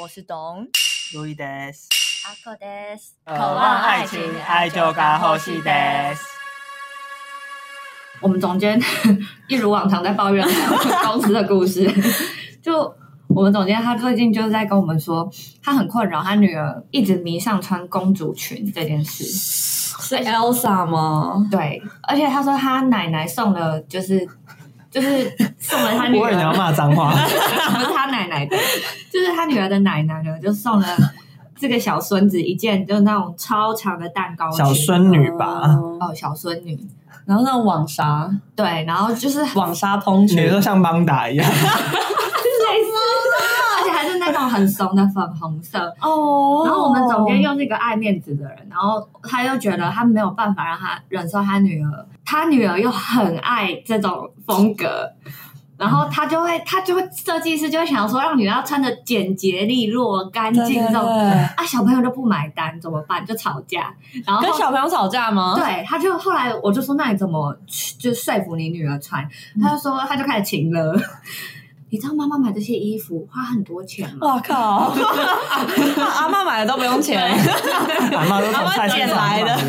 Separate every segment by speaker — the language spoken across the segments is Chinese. Speaker 1: 我是董
Speaker 2: 路易德斯，
Speaker 1: 阿克德斯，
Speaker 2: 渴望爱情，爱就该呼吸德。
Speaker 3: 我们总监 一如往常在抱怨公司的故事， 就我们总监他最近就是在跟我们说，他很困扰他女儿一直迷上穿公主裙这件事。
Speaker 4: 是 Elsa 吗？
Speaker 3: 对，而且他说他奶奶送了，就是就是送了他 女
Speaker 2: 我以为你要
Speaker 3: 儿，
Speaker 2: 骂脏话，
Speaker 3: 不是他奶奶的，就是他女儿的奶奶呢，就送了这个小孙子一件，就那种超长的蛋糕裙
Speaker 2: 小孙女吧？
Speaker 4: 哦
Speaker 3: 哦，小孙女，
Speaker 4: 然后那种网纱，
Speaker 3: 对，然后就是
Speaker 4: 网纱蓬
Speaker 2: 你
Speaker 4: 裙，
Speaker 2: 说像邦达一样，
Speaker 3: 类似，而且还是那种很怂的粉红色。
Speaker 4: 哦
Speaker 3: 然后我们总监又是一个爱面子的人，然后他又觉得他没有办法让他忍受他女儿，他女儿又很爱这种风格，然后他就会他就会设计师就会想说让女儿要穿的简洁利落、干
Speaker 4: 对对
Speaker 3: 净这种
Speaker 4: 对
Speaker 3: 啊，小朋友就不买单怎么办？就吵架，然后
Speaker 4: 跟小朋友吵架吗？
Speaker 3: 对，他就后来我就说，那你怎么去就说服你女儿穿？他就说，他就开始请了。 你知道妈妈买这些衣服花很多钱吗？
Speaker 4: 哇 靠！那阿妈买的都不用钱，
Speaker 2: 阿妈都从菜市场
Speaker 4: 阿嬷捡来的
Speaker 2: 买的，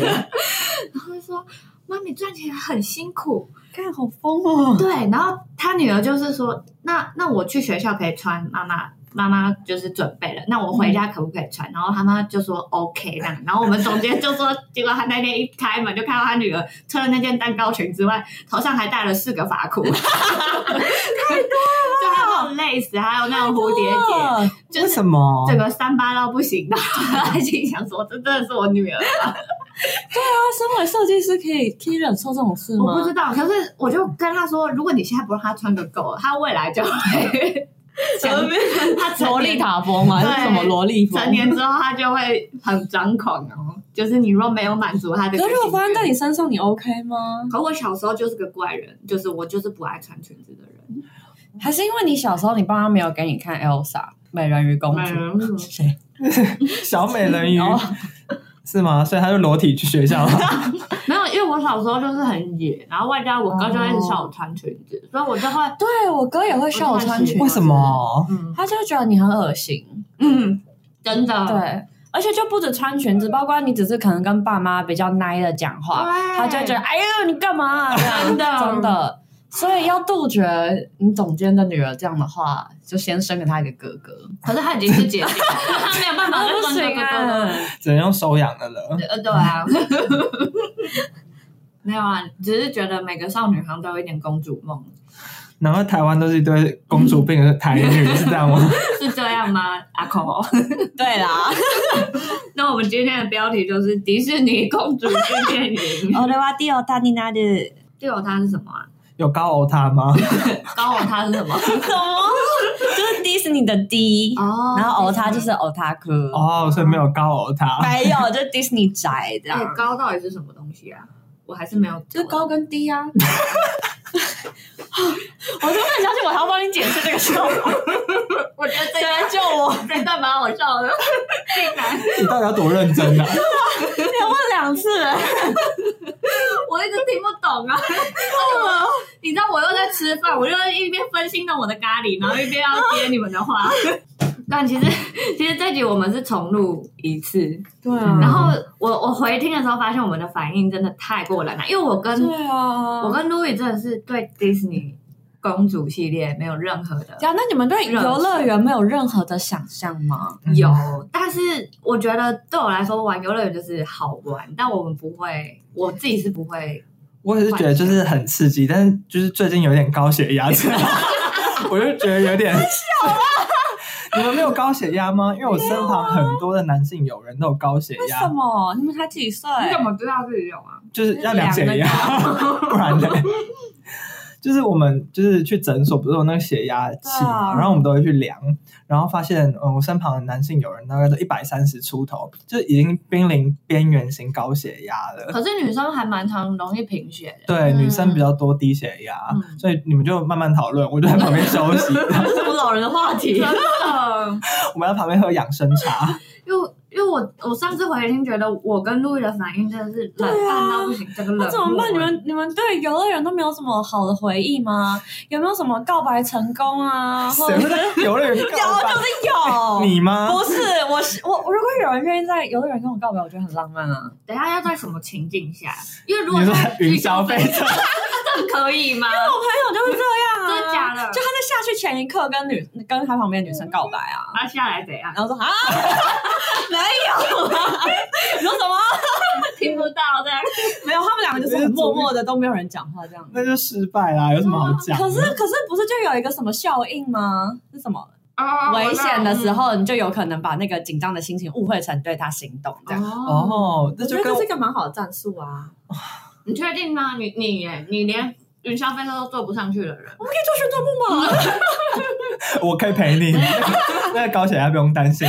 Speaker 3: 然后就说妈咪赚钱很辛苦，
Speaker 4: 看好疯哦！
Speaker 3: 对。然后他女儿就是说，那那我去学校可以穿妈妈。妈妈就是准备了，那我回家可不可以穿？然后他妈就说 OK 那样，然后我们总监就说， 结果他那天一开门就看到他女儿穿了那件蛋糕裙之外，头上还戴了四个发箍，太多了就还有那种累死，还有那种蝴蝶结，
Speaker 4: 哇啊
Speaker 3: 就
Speaker 2: 为
Speaker 3: 是
Speaker 2: 什么？
Speaker 3: 整个三八到不行的，他心想说：“这真的是我女儿吗
Speaker 4: 他身为设计师可以可以忍受这种事吗？
Speaker 3: 我不知道，可是我就跟他说，如果你现在不让她穿个够，她未来就会
Speaker 4: 怎么变
Speaker 3: 她
Speaker 4: 成
Speaker 3: 成
Speaker 4: 萝莉
Speaker 3: 年
Speaker 4: 塔风啊嘛，还是
Speaker 3: 对
Speaker 4: 什么萝莉风？
Speaker 3: 成年之后，她就会很张狂哦。就是你若没有满足她的，
Speaker 4: 可是我发现在你，身上，你 OK 吗？
Speaker 3: 可我小时候就是个怪人，就是我就是不爱穿裙子的人。
Speaker 4: 还是因为你小时候你爸妈没有给你看 Elsa 美人鱼公主？
Speaker 3: 嗯，
Speaker 4: 谁？
Speaker 2: 小美人鱼
Speaker 4: 哦
Speaker 2: 是吗？所以他就裸体去学校，
Speaker 3: 没有，因为我小时候就是很野，然后外加我哥就会
Speaker 4: 哦
Speaker 3: 一直笑我穿裙子，所以我就会
Speaker 4: 对我哥也会笑我穿裙
Speaker 3: 我
Speaker 2: 为
Speaker 4: 子，
Speaker 2: 什么？
Speaker 3: 嗯
Speaker 4: 他就觉得你很恶心。
Speaker 3: 嗯，真的
Speaker 4: 对，而且就不止穿裙子，包括你只是可能跟爸妈比较奶的讲话，
Speaker 3: 对
Speaker 4: 他就会觉得哎呦你干嘛、 啊？这样
Speaker 3: 真的
Speaker 4: 真的，所以要杜绝你总监的女儿这样的话，就先生给她一个哥哥，
Speaker 3: 可是她已经是姐姐，啊她没有办法再
Speaker 4: 不
Speaker 3: 生这
Speaker 4: 行
Speaker 3: 个哥哥
Speaker 4: 啊
Speaker 3: 了。！
Speaker 2: 只能用收养的了。
Speaker 3: 呃，对啊， 没有啊，只是觉得每个少女好像都有一点公主梦，
Speaker 2: 然后台湾都是一堆公主病的台女，是这样吗？
Speaker 3: 是这样吗？阿口，
Speaker 4: 对啦，
Speaker 3: 那我们今天的标题就是迪士尼公主去电影。
Speaker 4: 奥利瓦蒂奥大蒂娜的
Speaker 3: 对哦，它是什么啊？
Speaker 2: 有高偶他吗？
Speaker 3: 高偶它是什么？
Speaker 4: 什么？就是迪士尼的 D，、
Speaker 3: 哦
Speaker 4: 然后偶他就是偶他科，
Speaker 2: 哦，所以没有高偶他。
Speaker 4: 没有，就是迪士尼宅这样。
Speaker 3: 哎，高到底是什么东西啊？我还是没有，
Speaker 4: 就是高跟低 啊。我真的很相信我还要帮你解释这个 笑话，
Speaker 3: 我觉得这
Speaker 4: 谁
Speaker 3: 段
Speaker 4: 来救我？
Speaker 3: 这段蛮好笑的，竟然
Speaker 2: 你到底要多认真啊？
Speaker 4: 连问两次了，
Speaker 3: 我一直听不懂啊。你知道我又在吃饭，我就一边分心弄我的咖喱，然后一边要接你们的话。 但其实其实这集我们是重录一次，
Speaker 4: 对
Speaker 2: 啊
Speaker 3: 然后我我回听的时候发现我们的反应真的太过冷了，因为我跟
Speaker 4: 对啊，
Speaker 3: 我跟 Louis 真的是对 Disney 公主系列没有任何的
Speaker 4: 呀，那你们对游乐园没有任何的想象吗？
Speaker 3: 有，但是我觉得对我来说玩游乐园就是好玩，但我们不会，我自己是不会。
Speaker 2: 我也是觉得就是很刺激，但是就是最近有点高血压， 我就觉得有点。
Speaker 4: 啊
Speaker 2: 你们没有高血压吗？因为我身旁很多的男性友人都有高血
Speaker 4: 为什
Speaker 2: 压，
Speaker 4: 么？你们才几岁？
Speaker 3: 么知道自己有啊？
Speaker 2: 就是要量血压， 不然呢？就是我们就是去诊所，不是有那个血压器嘛，
Speaker 4: 对啊
Speaker 2: 然后我们都会去量，然后发现，嗯，我身旁的男性友人大概都一百三十出头，就已经濒临边缘型高血压了。
Speaker 3: 可是女生还蛮常容易贫血的。
Speaker 2: 对，女生比较多低血压，
Speaker 3: 嗯
Speaker 2: 所以你们就慢慢讨论，我就在旁边休息，
Speaker 4: 什么老人的话题
Speaker 3: 真的，
Speaker 2: 我们在旁边喝养生茶。
Speaker 3: 因为因为我我上次回听觉得我跟路易的反应真的是冷淡到不行，这个冷
Speaker 4: 那
Speaker 3: 漠
Speaker 4: 怎么办？ 你们你们对游乐园都没有什么好的回忆吗？有没有什么告白成功啊？或者
Speaker 2: 谁会在游乐园
Speaker 4: 有就
Speaker 2: 告
Speaker 4: 是有，
Speaker 2: 白？你吗？
Speaker 4: 不是我是我，如果有人愿意在游乐园跟我告白，我觉得很浪漫啊。
Speaker 3: 等一下要在什么情境下？因为如果
Speaker 2: 你说
Speaker 3: 在
Speaker 2: 云霄飞车，
Speaker 3: 这可以吗？
Speaker 4: 我朋友就是这样啊，
Speaker 3: 真的假的
Speaker 4: 就他在下去前一刻跟女跟他旁边的女生告白啊，
Speaker 3: 那下来怎样？
Speaker 4: 然后说啊， 没有啊，你说什么？
Speaker 3: 听不到这样。
Speaker 4: 没有，他们两个就是很默默的，都没有人讲话这样。
Speaker 2: 那就失败啦，有什么好讲的？
Speaker 4: 可是可是不是就有一个什么效应吗？是什么
Speaker 3: 哦
Speaker 4: 危险的时
Speaker 3: 我
Speaker 4: 候，你就有可能把那个紧张的心情误会成对他心动这
Speaker 3: 知道
Speaker 4: 样。
Speaker 3: 嗯哦，
Speaker 2: 哦，那
Speaker 4: 我觉
Speaker 2: 就
Speaker 4: 得
Speaker 2: 跟
Speaker 4: 这是一个蛮好的战术啊！
Speaker 3: 你确定吗？你你耶你连云霄飞车都坐不上去的人，
Speaker 4: 我们可以做旋转木马，
Speaker 2: 我可以陪你，那个高血压不用担心。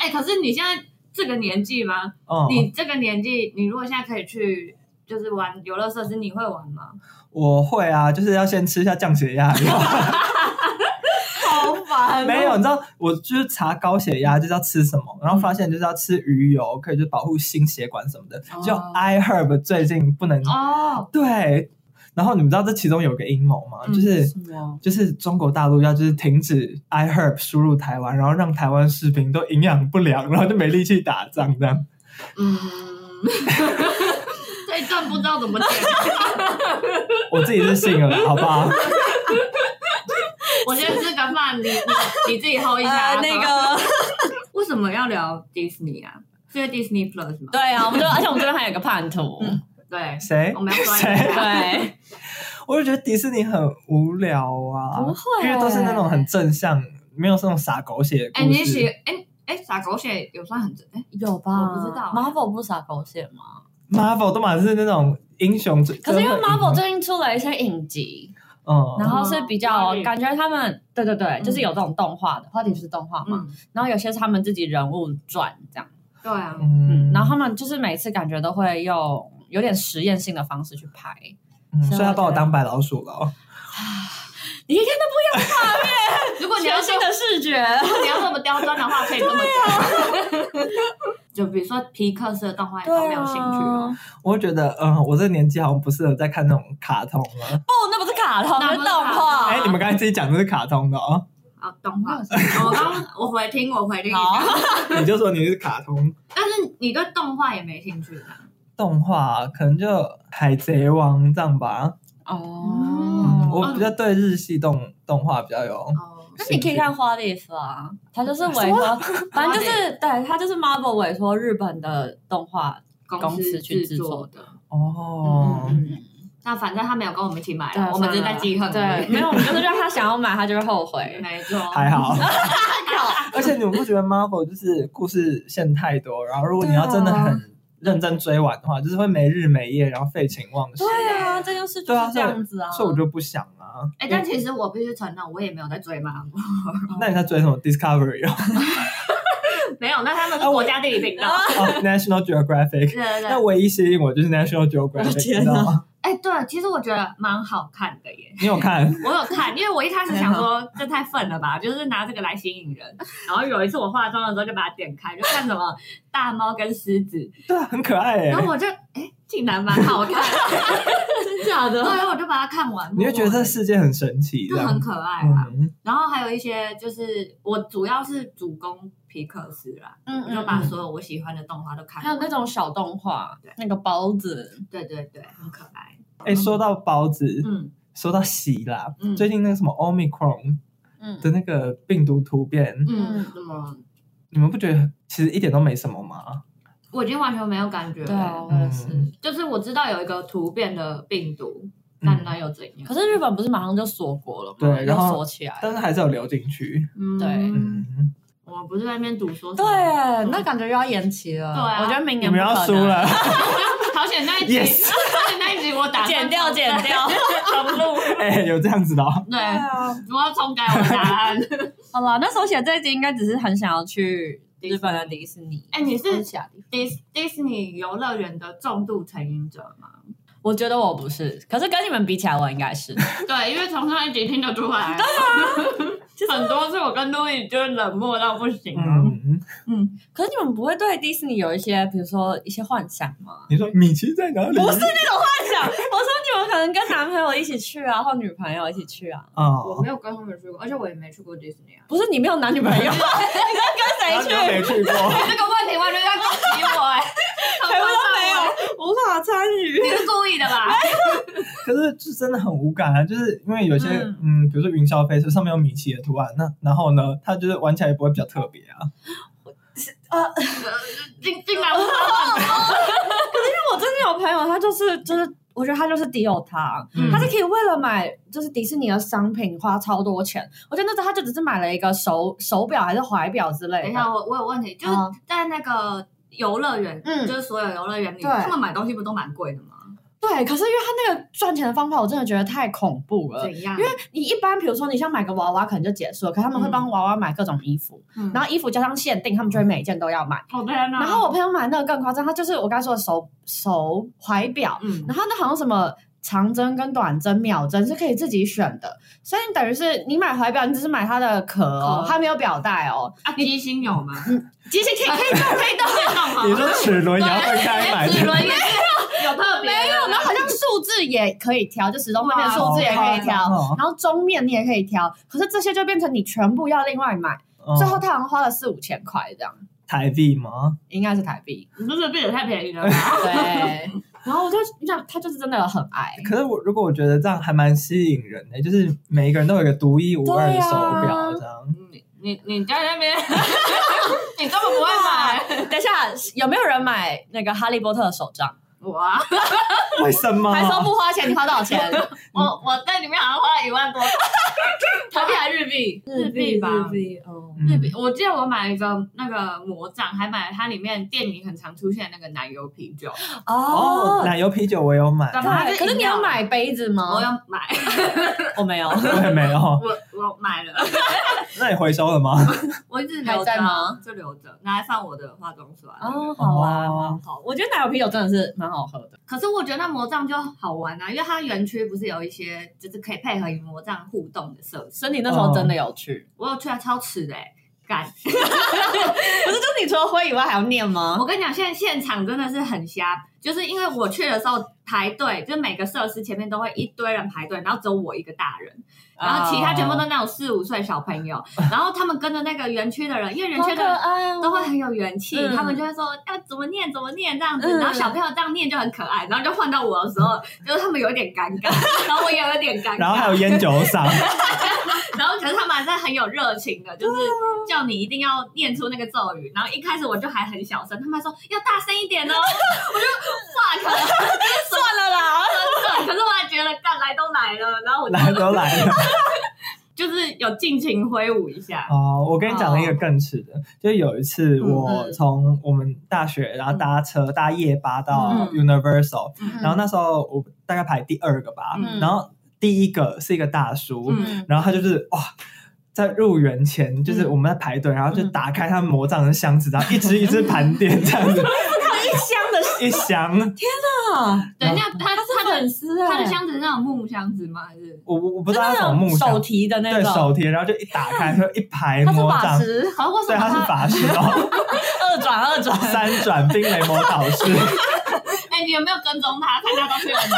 Speaker 3: 哎、可是你现在这个年纪吗？
Speaker 2: 嗯，
Speaker 3: 你这个年纪，你如果现在可以去就是玩游乐设施，你会玩吗？
Speaker 2: 我会啊，就是要先吃一下降血压药。
Speaker 4: 好烦哦
Speaker 2: 没有，你知道，我就是查高血压就是要吃什么，然后发现就是要吃鱼油，可以就保护心血管什么的。
Speaker 4: 哦
Speaker 2: 就 iHerb 最近不能
Speaker 3: 哦，
Speaker 2: 对，然后你们知道这其中有个阴谋吗？
Speaker 3: 嗯
Speaker 2: 就是
Speaker 4: 什么？
Speaker 2: 就是中国大陆要就是停止 iHerb 输入台湾，然后让台湾士兵都营养不良，然后就没力气打仗这样。
Speaker 3: 嗯， 这一段不知道怎么讲，
Speaker 2: 我自己是信了，好 不好？
Speaker 3: 我先吃个饭，你你你自己 hold 一下。啊
Speaker 4: 呃，那个，
Speaker 3: 为什么要聊迪士尼啊？是因为 Disney Plus 吗？
Speaker 4: 对啊，我们就而且我们这边还有一个叛徒，
Speaker 3: 嗯对，
Speaker 2: 谁
Speaker 3: 我？们要说一
Speaker 2: 谁
Speaker 3: 下。
Speaker 4: 对，
Speaker 2: 我就觉得迪士尼很无聊啊，
Speaker 4: 不会
Speaker 2: 因为都是那种很正向，没有那种撒狗血的
Speaker 3: 哎，
Speaker 2: 故
Speaker 3: 你
Speaker 2: 事。
Speaker 3: 喜哎哎撒狗血有算很哎
Speaker 4: 有吧？
Speaker 3: 我不知道
Speaker 4: ，Marvel 不是撒狗血吗？
Speaker 2: Marvel 都满是那种英雄最，
Speaker 4: 可是因为
Speaker 2: 真的会赢
Speaker 4: Marvel 最近出了一些影集，然
Speaker 2: 嗯，
Speaker 4: 后是比较感觉他们对对对，
Speaker 3: 哦嗯
Speaker 4: 就是有这种动画的，话题是动画嘛，
Speaker 3: 嗯，
Speaker 4: 然后有些是他们自己人物传这样，
Speaker 3: 对啊，
Speaker 4: 嗯，
Speaker 2: 嗯
Speaker 4: 然后他们就是每次感觉都会用有点实验性的方式去拍，
Speaker 2: 嗯
Speaker 4: 所以
Speaker 2: 所以他
Speaker 4: 我
Speaker 2: 把我
Speaker 4: 觉得
Speaker 2: 当白老鼠了哦。
Speaker 4: 你一看都
Speaker 3: 如果
Speaker 4: 不
Speaker 3: 你要
Speaker 4: 全新
Speaker 3: 说
Speaker 4: 的视 觉，
Speaker 3: 如果你要这么刁钻的话，可以这么讲。 就比如说皮克斯的动画，你
Speaker 4: 啊
Speaker 3: 都没有兴趣哦。
Speaker 2: 我会觉得，嗯，我这个年纪好像不适合再看那种卡通了。
Speaker 4: 不，哦那不是卡通，
Speaker 3: 那
Speaker 4: 哦那
Speaker 3: 不
Speaker 4: 是
Speaker 3: 是
Speaker 4: 动画。
Speaker 3: 卡
Speaker 2: 哎、你们刚才自己讲的是卡通的 哦，
Speaker 3: 啊，动画，我刚我回听，我回听一下。
Speaker 4: 好，
Speaker 2: 你就说你是卡通
Speaker 3: 但是你对动画也没兴趣啊？
Speaker 2: 动画，可能就《海贼王》这样吧。嗯，
Speaker 4: 哦，
Speaker 2: 我比较对日系动动画比较有。
Speaker 3: 哦，
Speaker 4: 那你可以看《花丽丝》啊，它就是委托，反正就是对，它就是 Marvel 委托日本的动画，
Speaker 3: 公
Speaker 4: 公司
Speaker 3: 司
Speaker 4: 去制
Speaker 3: 制
Speaker 4: 作
Speaker 3: 作的。
Speaker 2: 哦，
Speaker 3: 嗯嗯那反正他没有跟我们一起买
Speaker 4: 对
Speaker 3: 啊，我们只是在记恨。
Speaker 4: 对，没有，我们就是让他想要买，他就会后悔。
Speaker 3: 没错。
Speaker 2: 还好。而且你们不觉得 Marvel 就是故事线太多，然后如果你要真的
Speaker 4: 啊
Speaker 2: 很认真追完的话，就是会没日没夜，然后废寝忘食。
Speaker 4: 对啊，这件事就
Speaker 2: 对啊
Speaker 4: 是这样子啊。
Speaker 2: 所以我就不想啊。
Speaker 3: 哎，但其实我必须承认，我也没有在追漫画，
Speaker 4: 哦
Speaker 2: 那你在追什么 Discovery 哦
Speaker 3: 没有。那他们是国家地理频道。
Speaker 2: 哦，National Geographic。
Speaker 3: 对对
Speaker 2: 那
Speaker 3: 对。
Speaker 2: 唯一吸引我就是 National
Speaker 4: 我
Speaker 2: Geographic，
Speaker 4: 天哪啊
Speaker 2: 你知道吗？
Speaker 3: 哎，对，其实我觉得蛮好看的耶。
Speaker 2: 你有看？
Speaker 3: 我有看，因为我一开始 想说这太愤了吧，就是拿这个来吸引人。然后有一次我化妆的时候就把它点开，就看什么大猫跟狮子，
Speaker 2: 对啊，很可爱耶
Speaker 3: 然。后我就哎竟然蛮好看，
Speaker 4: 真假
Speaker 3: 对，
Speaker 4: 的？
Speaker 3: 啊然后我就把它看完。
Speaker 2: 你会觉得这世界很神奇，
Speaker 3: 就
Speaker 2: 这
Speaker 3: 很
Speaker 2: 样。
Speaker 3: 可爱啊。
Speaker 2: 嗯，
Speaker 3: 然后还有一些就是我主要是主攻皮克斯啦，
Speaker 4: 嗯
Speaker 3: 我就把所有我喜欢的动画都看
Speaker 4: 还有
Speaker 3: 完。
Speaker 4: 那种小动画
Speaker 3: 对，
Speaker 4: 那个包
Speaker 2: 嗯
Speaker 4: 子，
Speaker 3: 对对对，很可爱。
Speaker 2: 哎，说到包子，
Speaker 3: 嗯
Speaker 2: 说到喜啦，
Speaker 3: 嗯
Speaker 2: 最近那个什么 Omicron
Speaker 4: 嗯
Speaker 2: 的那个病毒突变，
Speaker 3: 嗯，那么
Speaker 2: 你们不觉得其实一点都没什么吗？
Speaker 3: 我已经完全没有感觉
Speaker 4: 对啊，
Speaker 3: 了。
Speaker 4: 我也是。
Speaker 2: 嗯
Speaker 3: 就是我知道有一个突变的病毒，但
Speaker 2: 嗯，
Speaker 3: 那又怎样
Speaker 4: 可？是日本不是马上就锁国了吗？
Speaker 2: 对然后
Speaker 4: 又锁起来。
Speaker 2: 但是还是有流进去。
Speaker 3: 嗯
Speaker 4: 对
Speaker 2: 嗯，
Speaker 3: 我不是在那边读说什
Speaker 4: 对
Speaker 3: 么，，
Speaker 4: 那感觉又要延期了。
Speaker 3: 对啊
Speaker 4: 我觉得明
Speaker 2: 你
Speaker 4: 年不
Speaker 2: 们要
Speaker 4: 可
Speaker 2: 输
Speaker 4: 能。
Speaker 2: 了。
Speaker 3: 好险那一集，
Speaker 2: Yes
Speaker 3: 好险那一集我 打
Speaker 4: 剪掉，剪 掉。
Speaker 3: 重录，
Speaker 2: 哎，有这样子的哦。
Speaker 3: 对，
Speaker 4: 啊，
Speaker 3: 我要重改我的答案。
Speaker 4: 好了，那时候写这一集应该只是很想要去日本的迪士尼。
Speaker 3: 哎你是
Speaker 4: 或者其他地方
Speaker 3: 迪迪士尼游乐园的重度成瘾者吗？
Speaker 4: 我觉得我不是，可是跟你们比起来，我应该 是。
Speaker 3: 对，因为从上一集听得出来，
Speaker 4: 啊
Speaker 3: 很多次我跟路易就是冷漠到不行啊。
Speaker 2: 嗯，
Speaker 4: 嗯，可是你们不会对迪士尼有一些，比如说一些幻想吗？
Speaker 2: 你说米奇在哪里？
Speaker 4: 不是那种幻想，我说你们可能跟男朋友一起去啊，或女朋友一起去啊。
Speaker 2: 啊
Speaker 3: 我，没有跟他们去过，而且我也没去过迪士尼啊。
Speaker 4: 不是你没有男女朋 友，你在跟谁
Speaker 2: 然后你都
Speaker 4: 去？
Speaker 2: 没去过，
Speaker 3: 这个问题完全在攻击我哎，
Speaker 4: 全部都没有，无法参与。
Speaker 3: 你是故意的 吧？
Speaker 2: 可是就真的很无感啊，就是因为有些
Speaker 4: 嗯
Speaker 2: 嗯，比如说云霄飞车上面有米奇的图案，那然后呢，它就是玩起来也不会比较特别啊。
Speaker 3: 竟竟然无法反驳，
Speaker 4: 我真的有朋友，他就是就是，我觉得他就是迪奥他，
Speaker 2: 嗯
Speaker 4: 他是可以为了买就是迪士尼的商品花超多钱。我觉得那时候他就只是买了一个手手表还是怀表之
Speaker 3: 等
Speaker 4: 类
Speaker 3: 一
Speaker 4: 的
Speaker 3: 下，。我我有问题，就是
Speaker 4: 嗯
Speaker 3: 在那个游乐园，
Speaker 4: 嗯
Speaker 3: 就是所有游乐园里，
Speaker 4: 对
Speaker 3: 他们买东西不都蛮贵的吗？
Speaker 4: 对，可是因为他那个赚钱的方法，我真的觉得太恐怖了。
Speaker 3: 怎样？
Speaker 4: 呃因为你一般，比如说你想买个娃娃，可能就结束了，可他们会帮娃娃买各种衣服，
Speaker 3: 嗯
Speaker 4: 然后衣服加上限定，他们就会每一件都要买。
Speaker 3: 好啊天哪！
Speaker 4: 然后我朋友买那个更夸张，他就是我刚才说的手手怀表，
Speaker 3: 嗯，
Speaker 4: 然后那好像什么长针跟短针、秒针是可以自己选的，所以你等于是你买怀表，你只是买它的壳哦，
Speaker 3: 壳
Speaker 4: 它没有表带哦。
Speaker 3: 啊，机芯有吗？
Speaker 4: 其实可以可以动可以动，
Speaker 3: 电动 好
Speaker 2: 你说齿轮也要分开买
Speaker 3: 齿
Speaker 2: 的，
Speaker 3: 哎轮也是有特别没有
Speaker 4: 然后好像数字也可以调，就时钟后面的数字也可以
Speaker 2: 哇
Speaker 4: 调
Speaker 2: 哦好好，
Speaker 4: 然后钟面你也可以调，可是这些就变成你全部要另外买，
Speaker 2: 嗯
Speaker 4: 最后他好像花了四五千块这样，
Speaker 2: 台币吗？
Speaker 4: 应该是台币。
Speaker 3: 你说这这也太便宜了吧？
Speaker 4: 对，然后我就你想，他就是真的很爱。
Speaker 2: 可是我如果我觉得这样还蛮吸引人的，就是每一个人都有一个独一无二的
Speaker 4: 对啊
Speaker 2: 手表，这样。
Speaker 3: 你你你在那边，你根本不会 买
Speaker 4: 等一下，有没有人买那个哈利波特的手账？
Speaker 3: 哇！
Speaker 2: 为什么？
Speaker 4: 还说不花钱，你花多少 钱？
Speaker 3: 我我在里面好像花了一万 多，台币还日币？吧。
Speaker 4: 币哦。
Speaker 2: 嗯
Speaker 3: 日币，我记得我买了一个那个魔杖，还买了它里面店里很常出现的那个奶油啤酒，
Speaker 2: 哦，
Speaker 4: 哦，
Speaker 2: 奶油啤酒我有买，
Speaker 3: 干嘛？
Speaker 4: 对，可是你要买杯子吗？
Speaker 3: 我要买，
Speaker 4: 我没有。
Speaker 2: 我也没有。
Speaker 3: 我我买了，
Speaker 2: 那你回收了吗？
Speaker 3: 我一直留
Speaker 4: 还
Speaker 3: 着
Speaker 4: 在
Speaker 3: 啊
Speaker 4: 吗，
Speaker 3: 就留着，拿来放我的化妆水啊。
Speaker 4: 哦，好啊，
Speaker 2: 哦
Speaker 4: 好好。我觉得奶油啤酒真的是蛮好喝的。
Speaker 3: 可是我觉得魔杖就好玩啊，因为它园区不是有一些就是可以配合你魔杖互动的设施。
Speaker 4: 所以你那时
Speaker 2: 哦
Speaker 4: 候真的有去，
Speaker 3: 我有去啊，超迟的、欸，
Speaker 4: 啊
Speaker 3: 干！
Speaker 4: 可是就是你除了灰以外还要念吗？
Speaker 3: 我跟你讲，现在现场真的是很瞎，就是因为我去的时候排队，就是每个设施前面都会一堆人排队，然后只有我一个大人，然后其他全部都那种四五岁小朋友，然后他们跟着那个园区的人，因为园
Speaker 4: 好
Speaker 3: 区
Speaker 4: 可
Speaker 3: 的人
Speaker 4: 爱哦，
Speaker 3: 都会很有元气，
Speaker 4: 嗯
Speaker 3: 他们就会说要怎么念怎么念这样子，
Speaker 4: 嗯
Speaker 3: 然后小朋友这样念就很可爱，然后就换到我的时候，就是他们有点尴尬，然后我也有点尴尬，
Speaker 2: 然后还有烟酒嗓，
Speaker 3: 然后可是他们还是很有热情的，就是叫你一定要念出那个咒语，然后一开始我就还很小声，他们还说要大声一点哦， 我就哇可
Speaker 4: 算了啦。
Speaker 3: 能，嗯可是我还觉得干来都来了，然后我就
Speaker 2: 来都来了。
Speaker 3: 就是有尽情挥舞一下，
Speaker 2: 哦，我跟你讲了一个更迟的，就是有一次我从我们大学，然后搭车搭夜巴到
Speaker 3: 嗯
Speaker 2: Universal，
Speaker 3: 嗯
Speaker 2: 然后那时候我大概排第二个吧，
Speaker 3: 嗯
Speaker 2: 然后第一个是一个大叔，
Speaker 3: 嗯
Speaker 2: 然后他就是哇。在入园前，就是
Speaker 4: 嗯
Speaker 2: 我们在排队，然后就打开他魔杖的箱子，然后一只一只 盘点这样子，
Speaker 4: 一箱的
Speaker 2: 一箱，
Speaker 4: 啊，
Speaker 3: 等一下他他的
Speaker 4: 丝欸
Speaker 3: 他的箱子是那种木箱子吗？还是
Speaker 2: 我我我不
Speaker 4: 不
Speaker 2: 知道他什么木
Speaker 4: 手
Speaker 2: 箱，
Speaker 4: 提的那
Speaker 2: 对
Speaker 4: 种，
Speaker 2: 手提，然后就一打开，就一排
Speaker 4: 它是
Speaker 2: 魔
Speaker 4: 法
Speaker 2: 杖，
Speaker 4: 师，
Speaker 3: 好为什
Speaker 2: 对，
Speaker 3: 么
Speaker 2: 他是法师哦，
Speaker 4: 二转二转，
Speaker 2: 三转冰雷魔导 师，
Speaker 3: 哎、你有没有跟踪他？看他都没有拿，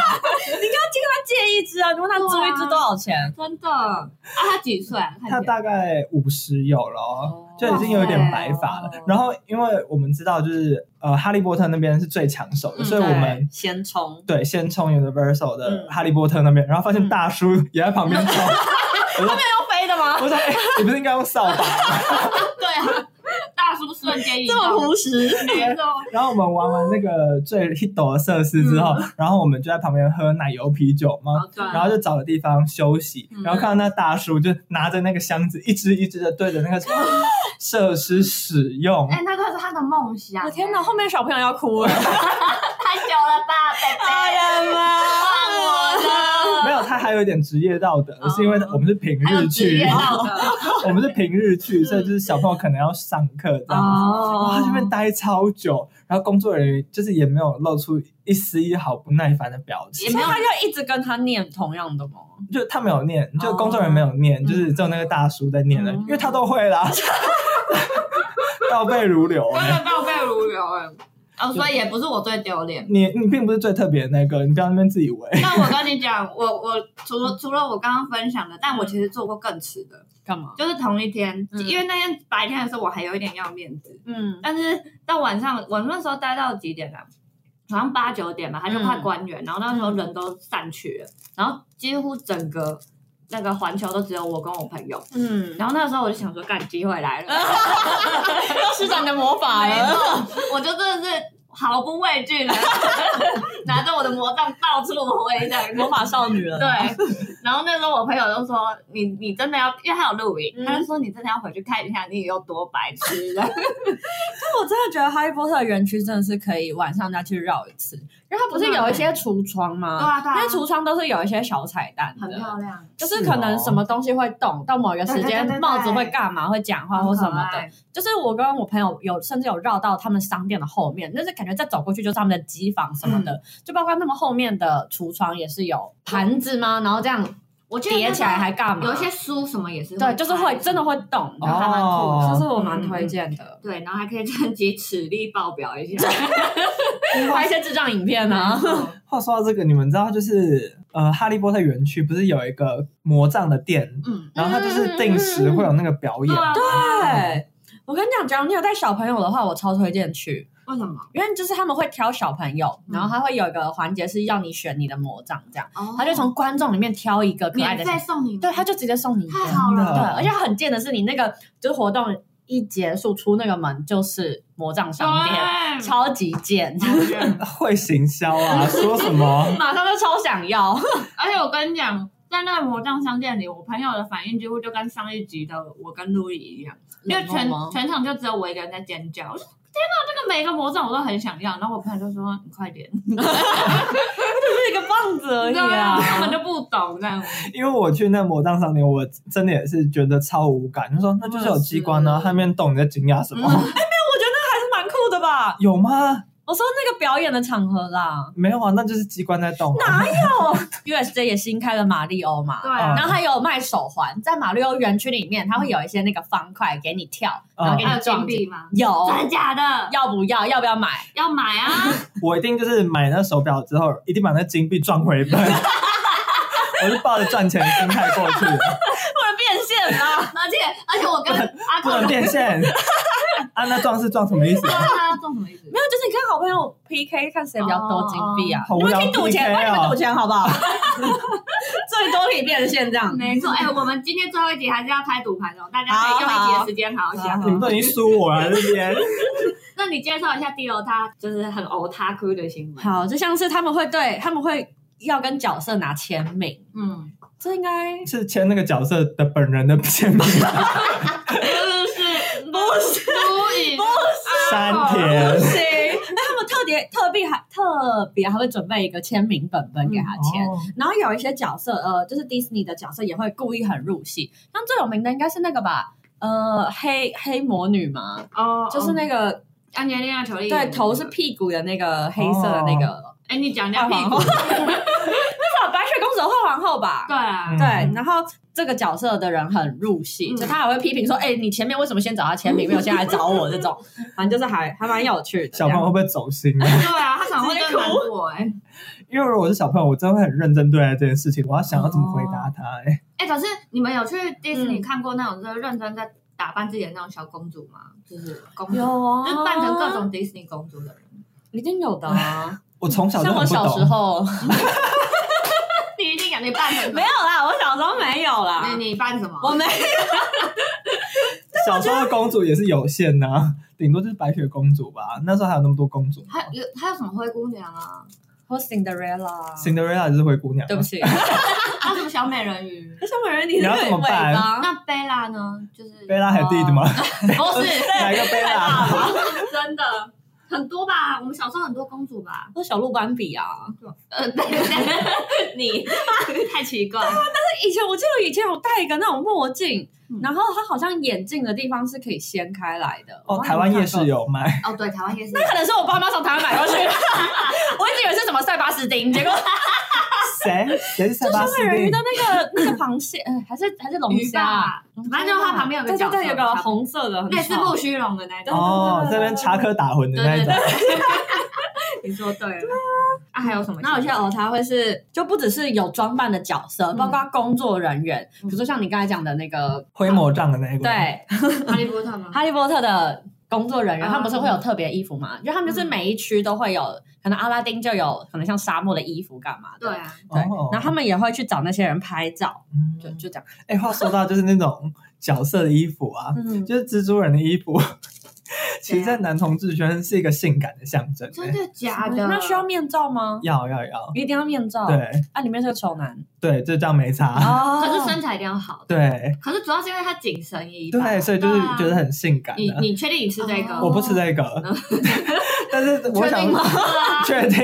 Speaker 4: 他借一只啊，你问他租一只多少钱？
Speaker 3: 真的啊？他几岁啊？看起来
Speaker 2: 他大概五十有了哦。就已经有点白发了
Speaker 4: 哇塞，
Speaker 2: 然后因为我们知道，就是呃，哈利波特那边是最抢手的，
Speaker 3: 嗯
Speaker 2: 所以我们
Speaker 4: 对先冲，
Speaker 2: 对先冲 Universal 的
Speaker 4: 嗯
Speaker 2: 哈利波特那边，然后发
Speaker 3: 嗯
Speaker 2: 现大叔也在旁边 冲，我说
Speaker 4: 要飞的吗？
Speaker 2: 我说，哎，你不是应该用扫把吗？
Speaker 3: 对啊，大叔瞬间移
Speaker 4: 这么
Speaker 3: 动，
Speaker 4: 朴实，
Speaker 3: 没错。
Speaker 2: 然后我们玩完那个最 hit 的设施之后，然后我们就在旁边喝奶油啤酒嘛，
Speaker 3: 嗯好赚
Speaker 2: 然后就找个地方休息，
Speaker 3: 嗯
Speaker 2: 然后看到那大叔就拿着那个箱子，一只一只的对着那 个设施使用
Speaker 3: 哎、。那个是他的梦想、 欸
Speaker 4: 我天哪，后面小朋友 要哭了，
Speaker 2: 哎
Speaker 4: 哎
Speaker 3: 太久了吧，贝
Speaker 4: 呀
Speaker 3: 贝，
Speaker 4: 妈！哦
Speaker 3: 放我
Speaker 2: 没有，他还有一点职业道德，是因为我们是平
Speaker 3: 哦还有
Speaker 2: 日
Speaker 3: 职业
Speaker 2: 去，
Speaker 3: 道德，
Speaker 2: 我们是平日去，所以就是小朋友可能要上课这样子。哇，
Speaker 4: 哦
Speaker 2: 这边待超久，然后工作人员就是也没有露出一丝一毫不耐烦的表
Speaker 4: 也
Speaker 2: 情，
Speaker 4: 没有，他就一直跟他念同样的吗？
Speaker 2: 就他没有念，就工作人员没有念，就是只有那个大叔在念了，
Speaker 4: 哦嗯
Speaker 2: 因为他都会啦， 倒背如流欸。
Speaker 3: 真的倒背如流哎。哦，所以也不是我最丢脸。
Speaker 2: 你你并不是最特别的那个，你不要在那边自以为。
Speaker 3: 但我跟你讲，我我除了除了我刚刚分享的，但我其实做过更迟的，
Speaker 4: 干嘛？
Speaker 3: 就是同一天，
Speaker 4: 嗯
Speaker 3: 因为那天白天的时候我还有一点要面子，
Speaker 4: 嗯，
Speaker 3: 但是到晚上，我那时候待到几点啊？好像八九点吧，他就
Speaker 4: 嗯
Speaker 3: 快关园，然后那时候人都散去了，然后几乎整个那个环球都只有我跟我朋友。
Speaker 4: 嗯，
Speaker 3: 然后那时候我就想说，干机会来了，
Speaker 4: 又施展你的魔法
Speaker 3: 没
Speaker 4: 了。
Speaker 3: 错，我就真的是毫不畏惧的， 拿着我的魔杖到处挥的。
Speaker 4: 魔法少女了，
Speaker 3: 对，然后那时候我朋友就说：“你你真的要，因为他有录影，他
Speaker 4: 嗯
Speaker 3: 就说你真的要回去看一下你有多白痴了。
Speaker 4: 我真的觉得《哈利波特》的园区真的是可以晚上再去绕一次，因为它不是有一些橱窗吗？
Speaker 3: 对啊对啊
Speaker 4: 那些橱窗都是有一些小彩蛋”
Speaker 3: 很漂
Speaker 4: 的，
Speaker 3: 亮，
Speaker 4: 就是可能什么东西会动，到某一个时
Speaker 3: 对对对对
Speaker 4: 间
Speaker 3: 对
Speaker 4: 帽子会干嘛，会讲啊话或什么
Speaker 3: 很可
Speaker 4: 的。
Speaker 3: 爱。
Speaker 4: 就是我跟我朋友有甚至有绕到他们商店的后面，但是感觉再走过去就是他们的机房什么的，就包括他们后面的橱窗也是有盘子吗？然后这样
Speaker 3: 我记得
Speaker 4: 叠起来还干嘛？
Speaker 3: 有一些书什么也是
Speaker 4: 嗯对，就是会
Speaker 3: 拍
Speaker 4: 真的会动，
Speaker 3: 然后还蛮酷的
Speaker 2: 哦
Speaker 4: 这是我蛮推荐的。
Speaker 3: 对，然后还可以 趁机齿力爆表一下，
Speaker 4: 拍一些智障影片啊，
Speaker 2: 话说到这个，你们知道就是呃，哈利波特园区不是有一个魔杖的店，
Speaker 3: 嗯，
Speaker 2: 然后它就是定时会有那个表
Speaker 4: 嗯
Speaker 2: 演。
Speaker 3: 对啊，
Speaker 4: 对，我跟你讲，假如你有带小朋友的话，我超推荐去，
Speaker 3: 为什么？
Speaker 4: 因为就是他们会挑小朋友，
Speaker 3: 嗯
Speaker 4: 然后他会有一个环节是要你选你的魔杖，这样
Speaker 3: 哦
Speaker 4: 他就从观众里面挑一个可爱的
Speaker 3: 免费
Speaker 4: 小，
Speaker 3: 送你，
Speaker 4: 对，他就直接送你一个。
Speaker 3: 太好
Speaker 2: 真
Speaker 4: 嗯对，
Speaker 2: 的
Speaker 3: 了，
Speaker 4: 而且很贱的是，你那个就是活动一结束出那个门就是魔杖商店，
Speaker 3: 对
Speaker 4: 超级贱，
Speaker 2: 会行销啊，说什么？
Speaker 4: 马上就超想要。
Speaker 3: 而且我跟你讲。在那个魔杖商店里，我朋友的反应几乎就跟上一集的我跟路易一样，因为全
Speaker 4: 冷漠吗
Speaker 3: 全场就只有我一个人在尖叫。我说天哪，这个每一个魔杖我都很想要。然后我朋友就说：“你快点！”
Speaker 4: 就是一个棒子而已
Speaker 3: 对啊，
Speaker 4: 啊，哦
Speaker 3: 根本就不懂这样。
Speaker 2: 因为我去那魔杖商店，我真的也是觉得超无感，就说那就是有机关啊，
Speaker 4: 哦是嗯
Speaker 2: 它那边动，你在惊讶什么？
Speaker 4: 还 是蛮酷的吧？
Speaker 2: 有吗？
Speaker 4: 我说那个表演的场合啦，
Speaker 2: 没有啊，那就是机关在动、啊。
Speaker 4: 哪有？USJ 也新开了马里欧嘛，
Speaker 3: 对啊
Speaker 4: 然后还有卖手环，在马里欧园区里面，它会有一些那个方块给你跳，然后给
Speaker 2: 嗯，
Speaker 3: 还有
Speaker 4: 你
Speaker 3: 金
Speaker 4: 撞击。
Speaker 3: 币吗？
Speaker 4: 有，
Speaker 3: 真的假的？
Speaker 4: 要不要？要不要买？
Speaker 3: 要买啊！
Speaker 2: 我一定就是买那手表之后，一定把那金币赚回本。 我是抱着赚钱的心态过去
Speaker 4: 或
Speaker 2: 的，
Speaker 4: 者变现啦？
Speaker 3: 而且而且我跟阿
Speaker 2: 不
Speaker 3: 克
Speaker 2: 能变现。啊，那撞是撞什么意思？啊
Speaker 3: 他中什么意思？
Speaker 4: 没有，就是你跟好朋友 PK，看谁比较多金币啊？
Speaker 2: 哦哦
Speaker 4: 你们可以赌钱，
Speaker 2: 好无聊
Speaker 4: 帮
Speaker 2: PK 哦
Speaker 4: 你们赌钱好不好？ 最多可以变现这样。
Speaker 3: 没错，哎、我们今天最后一集还是要开赌盘哦，大家可以用一集的时间好好想。
Speaker 4: 好
Speaker 2: 你们都已经输我了，这边。
Speaker 3: 那你介绍一下地楼他就是很欧他哭的行为。，
Speaker 4: 好，就像是他们会对他们会要跟角色拿签名，
Speaker 3: 嗯，
Speaker 4: 这应该
Speaker 2: 是签那个角色的本人的签 名，
Speaker 3: 就是
Speaker 4: 不是
Speaker 3: 不以
Speaker 2: 山
Speaker 4: 不
Speaker 2: 田。
Speaker 4: 行。那他们特别特别还特别还会准备一个签名本本给他签。
Speaker 2: 哦
Speaker 4: 然后有一些角色，呃，就是迪士尼的角色也会故意很入戏，像最有名的应该是那个吧，呃，黑黑魔女嘛，
Speaker 3: 哦，啊
Speaker 4: 就是那个、
Speaker 3: 安吉丽娜·裘丽，
Speaker 4: 对头是屁股的那
Speaker 2: 哦
Speaker 4: 个黑色的那个
Speaker 3: 哎、你讲一
Speaker 4: 画
Speaker 3: 下屁
Speaker 4: 皇
Speaker 3: 股
Speaker 4: 后，。那是白雪公主的画皇后吧？
Speaker 3: 对啊，
Speaker 2: 嗯
Speaker 4: 对，然后这个角色的人很入戏，
Speaker 3: 嗯
Speaker 4: 就他还会批评说：“哎、你前面为什么先找他签名，没有先来找我？”这 种，反正就是还还蛮有趣的。
Speaker 2: 小朋友会不会走心啊？
Speaker 3: 对啊，他可能会更难过哎、
Speaker 2: 因为如果我是小朋友，我真的会很认真对待这件事情，我要想要怎么回答他、
Speaker 4: 哦
Speaker 2: 哎、
Speaker 3: 哎、可是你们有去迪士尼看过那种就是认真在打扮自己的那种小公主吗？就是公
Speaker 4: 这
Speaker 3: 主，
Speaker 4: 样有啊，
Speaker 3: 就是扮成各种迪士尼公主的人。
Speaker 4: 一定有的 啊。
Speaker 2: 我从小就
Speaker 4: 像我
Speaker 2: 很不
Speaker 4: 小时
Speaker 2: 懂。
Speaker 4: 候
Speaker 3: 你一定讲你扮成什么
Speaker 4: 没有啦，我小时候没有啦
Speaker 3: 那，你扮什么？
Speaker 4: 我没
Speaker 2: 小时候的公主也是有限呐、顶多就是白雪公主吧。那时候还有那么多公主吗
Speaker 3: 还有还有什么灰姑娘 啊？
Speaker 4: 我 Cinderella。
Speaker 2: ，Cinderella 就是灰姑娘。啊
Speaker 4: 对不， 起，
Speaker 3: 还啊有什么小美人鱼？
Speaker 4: 小美人你
Speaker 2: 你
Speaker 4: 是
Speaker 2: 要怎么办
Speaker 4: 那
Speaker 3: 那贝拉呢？就 是
Speaker 2: 贝拉还有弟弟吗？
Speaker 4: 哦
Speaker 3: 不是
Speaker 2: 啊哪一个贝拉？
Speaker 3: 真的。很多吧，我们小时候很多公主吧。
Speaker 4: 和小鹿斑比啊。
Speaker 3: 呃，对对， 你太奇怪。
Speaker 4: 以前我记得以前有戴一个那种墨镜，
Speaker 3: 嗯
Speaker 4: 然后它好像眼镜的地方是可以掀开来的。我
Speaker 2: 哦，
Speaker 4: 忘了
Speaker 2: 台湾
Speaker 4: 看
Speaker 2: 夜
Speaker 4: 过
Speaker 2: 市。有卖，
Speaker 3: 哦，对，台湾夜市。
Speaker 4: 那可能是我爸妈从台湾买过去， 我一直以为是什么塞巴斯丁， 结果
Speaker 2: 谁谁是塞巴斯
Speaker 4: 美人鱼
Speaker 2: 汀
Speaker 4: 的？那个那个螃蟹，哎还是还是龙
Speaker 3: 鱼
Speaker 4: 虾啊，
Speaker 3: 吧，反正就是它旁边有个
Speaker 4: 对
Speaker 3: 角
Speaker 4: 对
Speaker 3: 色，
Speaker 4: 对，有个红色的，很
Speaker 3: 类似
Speaker 4: 丑
Speaker 3: 木须龙的那种。
Speaker 2: 哦，这边插科打诨的那
Speaker 3: 对对
Speaker 2: 种
Speaker 3: 对，，你说对了。啊，还有什么？
Speaker 4: 那有些偶他会是，就不只是有装扮的角色，
Speaker 3: 嗯
Speaker 4: 包括工作人员，
Speaker 3: 嗯
Speaker 4: 比如说像你刚才讲的那个，
Speaker 2: 灰魔杖的那一个。，
Speaker 4: 对，
Speaker 3: 哈利波特吗？
Speaker 4: 哈利波特的工作人员，
Speaker 3: 哦
Speaker 4: 他们不是会有特别衣服吗？就
Speaker 3: 嗯
Speaker 4: 他们就是每一区都会有，可能阿拉丁就有可能像沙漠的衣服干嘛的，
Speaker 3: 对啊，
Speaker 4: 对，
Speaker 2: 哦
Speaker 4: 然后他们也会去找那些人拍照，
Speaker 2: 嗯
Speaker 4: 就就这样，
Speaker 2: 哎，话说到就是那种角色的衣服啊，
Speaker 4: 嗯，
Speaker 2: 就是蜘蛛人的衣服，其实，在男同志圈是一个性感的象征。
Speaker 3: 真
Speaker 2: 哎
Speaker 3: 的假的？
Speaker 4: 嗯那需要面罩吗？
Speaker 2: 要要要，
Speaker 4: 一定要面罩，，
Speaker 2: 对啊
Speaker 4: 啊，里面是个丑男，
Speaker 2: 对，这叫没差。
Speaker 4: 哦
Speaker 3: 可是身材一定要好。
Speaker 2: 对
Speaker 3: 可是主要是因为它紧身衣吧。
Speaker 2: 对，所以就是
Speaker 3: 啊
Speaker 2: 觉得很性感
Speaker 3: 你
Speaker 2: 的。
Speaker 3: 你确定你吃这个？
Speaker 2: 我不吃这个， 但是我想
Speaker 4: 确定吗
Speaker 2: 确定，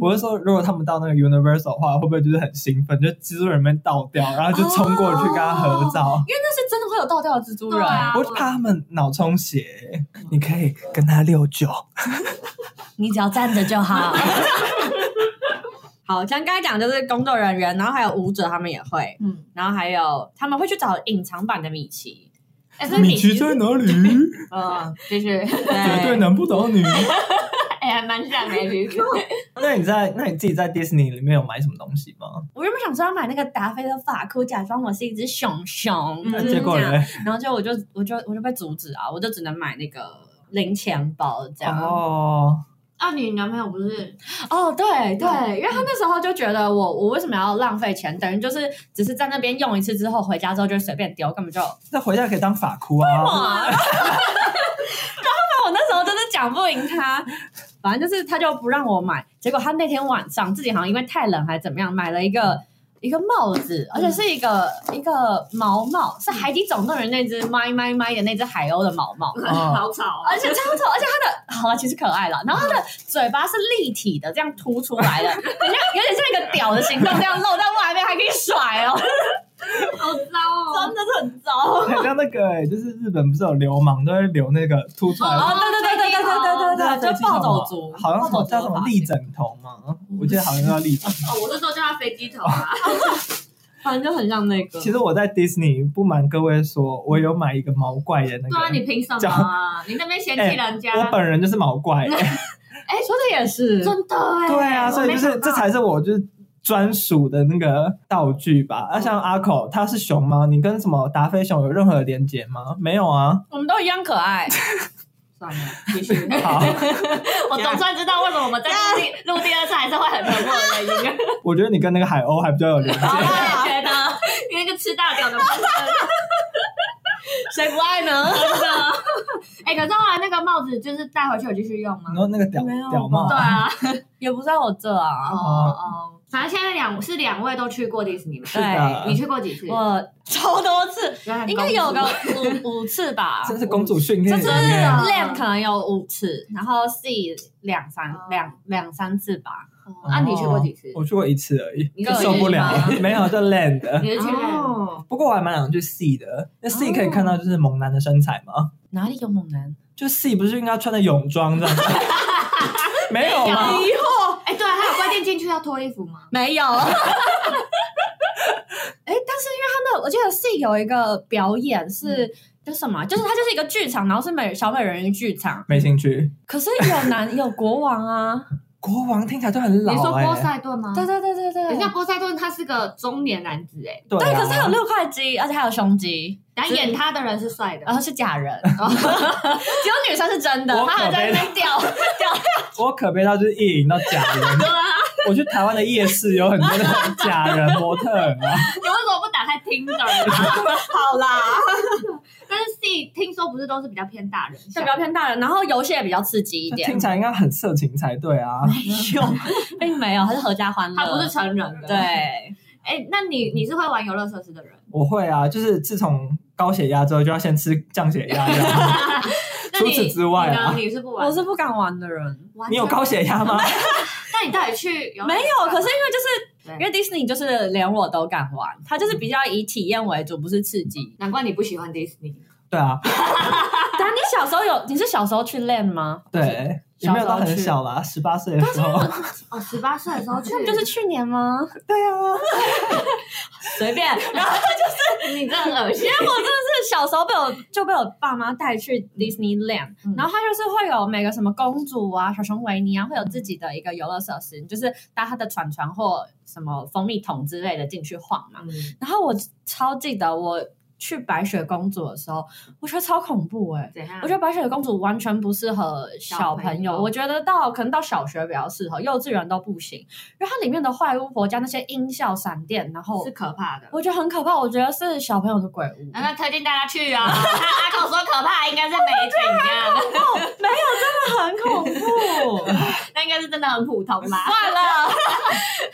Speaker 2: 我是说，如果他们到那个 Universal 的话，会不会就是很兴奋，就蜘蛛人被倒掉，然后就冲过去跟他合照？
Speaker 4: 因为那是真的会有倒掉的蜘蛛人，
Speaker 3: 对啊
Speaker 2: 我怕他们脑充血，你可以跟他六九，
Speaker 4: 你只要站着就好。 好，像刚才讲就是工作人员，然后还有舞者，他们也会，
Speaker 3: 嗯，
Speaker 4: 然后还有他们会去找隐藏版的米奇，
Speaker 3: 哎，所以你
Speaker 2: 奇在哪里？绝
Speaker 3: 嗯，就是，
Speaker 2: 对难不倒你。
Speaker 3: 哎，还蛮像的，其实。
Speaker 2: 那你在那你自己在 Disney 里面有买什么东西
Speaker 3: 嗯
Speaker 2: 吗？
Speaker 4: 我原本想说要买那个达菲的发箍，假装我是一只熊熊，
Speaker 3: 嗯
Speaker 4: 就
Speaker 2: 那
Speaker 4: 是这
Speaker 2: 结
Speaker 4: 样
Speaker 2: 果呢？
Speaker 4: 然后就我就我就我就被阻止啊，我就只能买那个零钱包这样。哦
Speaker 2: 哦，
Speaker 3: 啊，你男朋友不是？
Speaker 4: 对对，因为他那时候就觉得我我为什么要浪费钱，等于就是只是在那边用一次之后，回家之后就随便丢，根本就
Speaker 2: 那回家可以当法哭啊。
Speaker 4: 哇！ 然后我那时候真的讲不赢他，反正就是他就不让我买。结果他那天晚上自己好像因为太冷还怎么样，买了一个一个帽子，而且是一个、一个毛帽，是《海底总动员》那只麦麦麦的那只海鸥的毛帽。
Speaker 2: 哦
Speaker 3: 好吵啊
Speaker 4: 而！且超丑，而且它的好了，其实可爱了。然后它的嘴巴是立体的，这样凸出来的， 很像有点像一个屌的形状，这样露在外面还可以甩哦，
Speaker 3: 好 糟
Speaker 4: 真
Speaker 3: 哦！
Speaker 4: 的是很糟。
Speaker 2: 很像那个、欸，就是日本不是有流氓都会留那个凸出来的
Speaker 4: 哦，对对对对对对对对，就暴走
Speaker 3: 哦
Speaker 4: 族，
Speaker 2: 好像什
Speaker 4: 暴
Speaker 2: 么
Speaker 4: 走
Speaker 2: 叫什
Speaker 4: 族
Speaker 2: 么
Speaker 4: 吧
Speaker 2: 立枕头吗？
Speaker 3: 嗯
Speaker 2: 我记得好像叫立枕头。
Speaker 3: 哦，我是说叫他飞机头
Speaker 2: 哦
Speaker 3: 啊！
Speaker 4: 反正就很像那个。
Speaker 2: 其实我在 Disney 不瞒各位说，我有买一个毛怪的那
Speaker 3: 对啊，
Speaker 2: 个，
Speaker 3: 你凭什么啊？你那边嫌弃人家？
Speaker 2: 哎我本人就是毛怪、欸
Speaker 4: 哎、说的也是，
Speaker 3: 真的哎，
Speaker 2: 对啊，所以就
Speaker 3: 我
Speaker 2: 是
Speaker 3: 没想到
Speaker 2: 这才是我就是。专属的那个道具吧。那、像阿口，他是熊猫，你跟什么达菲熊有任何的连结吗？没有啊。
Speaker 4: 我们都一样可爱。
Speaker 3: 算了，继续。
Speaker 2: 好，
Speaker 3: 我总算知道为什么我们在录第 录第二次还是会很沉默的原因 了。
Speaker 2: 我觉得你跟那个海鸥还比较 有连结。
Speaker 4: 好
Speaker 3: 我
Speaker 4: 啦，
Speaker 3: 也觉得，因为那个吃大屌的部分
Speaker 4: 谁不爱呢？
Speaker 3: 真的。哎，可是后来那个帽子就是带回去有继续 用吗
Speaker 2: 然？后那个屌
Speaker 4: 没有
Speaker 2: 屌帽
Speaker 3: 对，啊，
Speaker 4: 也不在我这啊。
Speaker 3: 哦哦，反正现在两是两位都去过迪士尼吗？
Speaker 4: 对
Speaker 2: 的
Speaker 3: 你去过几次？
Speaker 4: 我超多次，
Speaker 3: 原来很
Speaker 4: 应该有个
Speaker 3: 公主
Speaker 4: 五五次吧。
Speaker 2: 这是公主训练
Speaker 4: 这
Speaker 2: 营
Speaker 4: 次
Speaker 2: 耶。
Speaker 3: 啊
Speaker 4: Lam 可能有五次，然后 C 两三
Speaker 3: 哦
Speaker 4: 两两三次吧。
Speaker 3: 哦啊，你去过几次？
Speaker 2: 我去过一次而已，
Speaker 3: 你
Speaker 2: 就
Speaker 3: 有
Speaker 2: 受不了
Speaker 4: 去吗，
Speaker 2: 没有就 land。
Speaker 3: 你是去过？
Speaker 4: 哦，
Speaker 2: 不过我还蛮想去 C 的，那 C 可以看到就是猛男的身材吗？
Speaker 4: 哪里有猛男？
Speaker 2: 就 C 不是应该穿的泳装这 样子？没有吗？
Speaker 3: 没
Speaker 4: 惑
Speaker 3: 哎，对啊，还有规定进去要脱衣服吗？
Speaker 4: 没 有。哎，但是因为他的，我记得 C 有一个表演是。叫什么？啊就是它就是一个剧场，然后是美小美人鱼剧场，
Speaker 2: 没兴趣。
Speaker 4: 可是有男 有国王啊，
Speaker 2: 国王听起来就很
Speaker 3: 你说
Speaker 2: 老哎、
Speaker 3: 波
Speaker 2: 欸，
Speaker 3: 塞顿吗？
Speaker 4: 对对对对对，
Speaker 3: 等一下，波塞顿他是个中年男子哎，
Speaker 2: 对
Speaker 4: 对，啊
Speaker 2: 啊
Speaker 4: 可是他有六块肌，而且还有胸肌，
Speaker 3: 然后演他的人是呃帅的
Speaker 4: 然。后是假 人，只有女生是真的，
Speaker 2: 我
Speaker 4: 他还
Speaker 2: 可
Speaker 4: 在
Speaker 2: 悲
Speaker 4: 那边 掉掉。
Speaker 2: 我可悲到就是意淫到假人。 我去台湾的夜市有很多那种假人模特儿啊，
Speaker 3: 你为什么不打开 Tinder 呢？
Speaker 4: 好啦，
Speaker 3: 但是 C 听说不是都是比较偏大人向，
Speaker 4: 对，比较偏大人，然后游戏也比较刺激一
Speaker 2: 就
Speaker 4: 点。
Speaker 2: 听起来应该很色情才对啊。
Speaker 4: 有，并没有，它是合家欢乐，
Speaker 3: 他不是成人的。
Speaker 4: 对，
Speaker 3: 哎，那你你是会玩游乐设施的人？
Speaker 2: 我会啊，就是自从高血压之后就要先吃降血压药。
Speaker 3: 那
Speaker 2: 除
Speaker 3: 你
Speaker 2: 此室之外啊
Speaker 3: 你呢？。你是不玩？
Speaker 4: 我是不敢玩的人。
Speaker 3: 完
Speaker 2: 你
Speaker 3: 全
Speaker 2: 有高血压 吗？
Speaker 3: 那你到底去游乐
Speaker 4: 没
Speaker 3: 园
Speaker 4: 有，
Speaker 3: 干
Speaker 4: 可
Speaker 3: 嘛
Speaker 4: 是因为就是
Speaker 3: 对
Speaker 4: 因为迪士尼就是连我都敢玩，它就是比较以体验为主，不是刺激。
Speaker 3: 难怪你不喜欢迪士尼。
Speaker 2: 对啊，
Speaker 4: 但你小时候有你是小时候去练吗？
Speaker 2: 对，也没有到很小啦，十八岁的时候。
Speaker 3: 哦，十八岁的时候 去，
Speaker 4: 就是去年吗？
Speaker 2: 对啊，
Speaker 4: 随便。然后
Speaker 3: 你这很恶心
Speaker 4: 因。为我真的是小时候被我就被我爸妈带去 Disneyland，、
Speaker 3: 嗯
Speaker 4: 然后它就是会有每个什么公主啊、小熊维尼啊，会有自己的一个游乐设施，你就是搭它的船船或什么蜂蜜桶之类的进去晃嘛。
Speaker 3: 嗯
Speaker 4: 然后我超记得我去白雪公主的时候，我觉得超恐怖哎、
Speaker 3: 怎样？
Speaker 4: 我觉得白雪公主完全不适合小朋友，
Speaker 3: 小朋友
Speaker 4: 我觉得到可能到小学比较适合，幼稚园都不行，因为它里面的坏巫婆加那些音效、闪电，然后
Speaker 3: 是可怕的。
Speaker 4: 哦我觉得很可怕，我觉得是小朋友的鬼屋。
Speaker 3: 那推荐大家去啊！阿狗说可怕，应该是没怎样，
Speaker 4: 很恐怖。
Speaker 3: 那应该是真的很普通吧？
Speaker 4: 算了，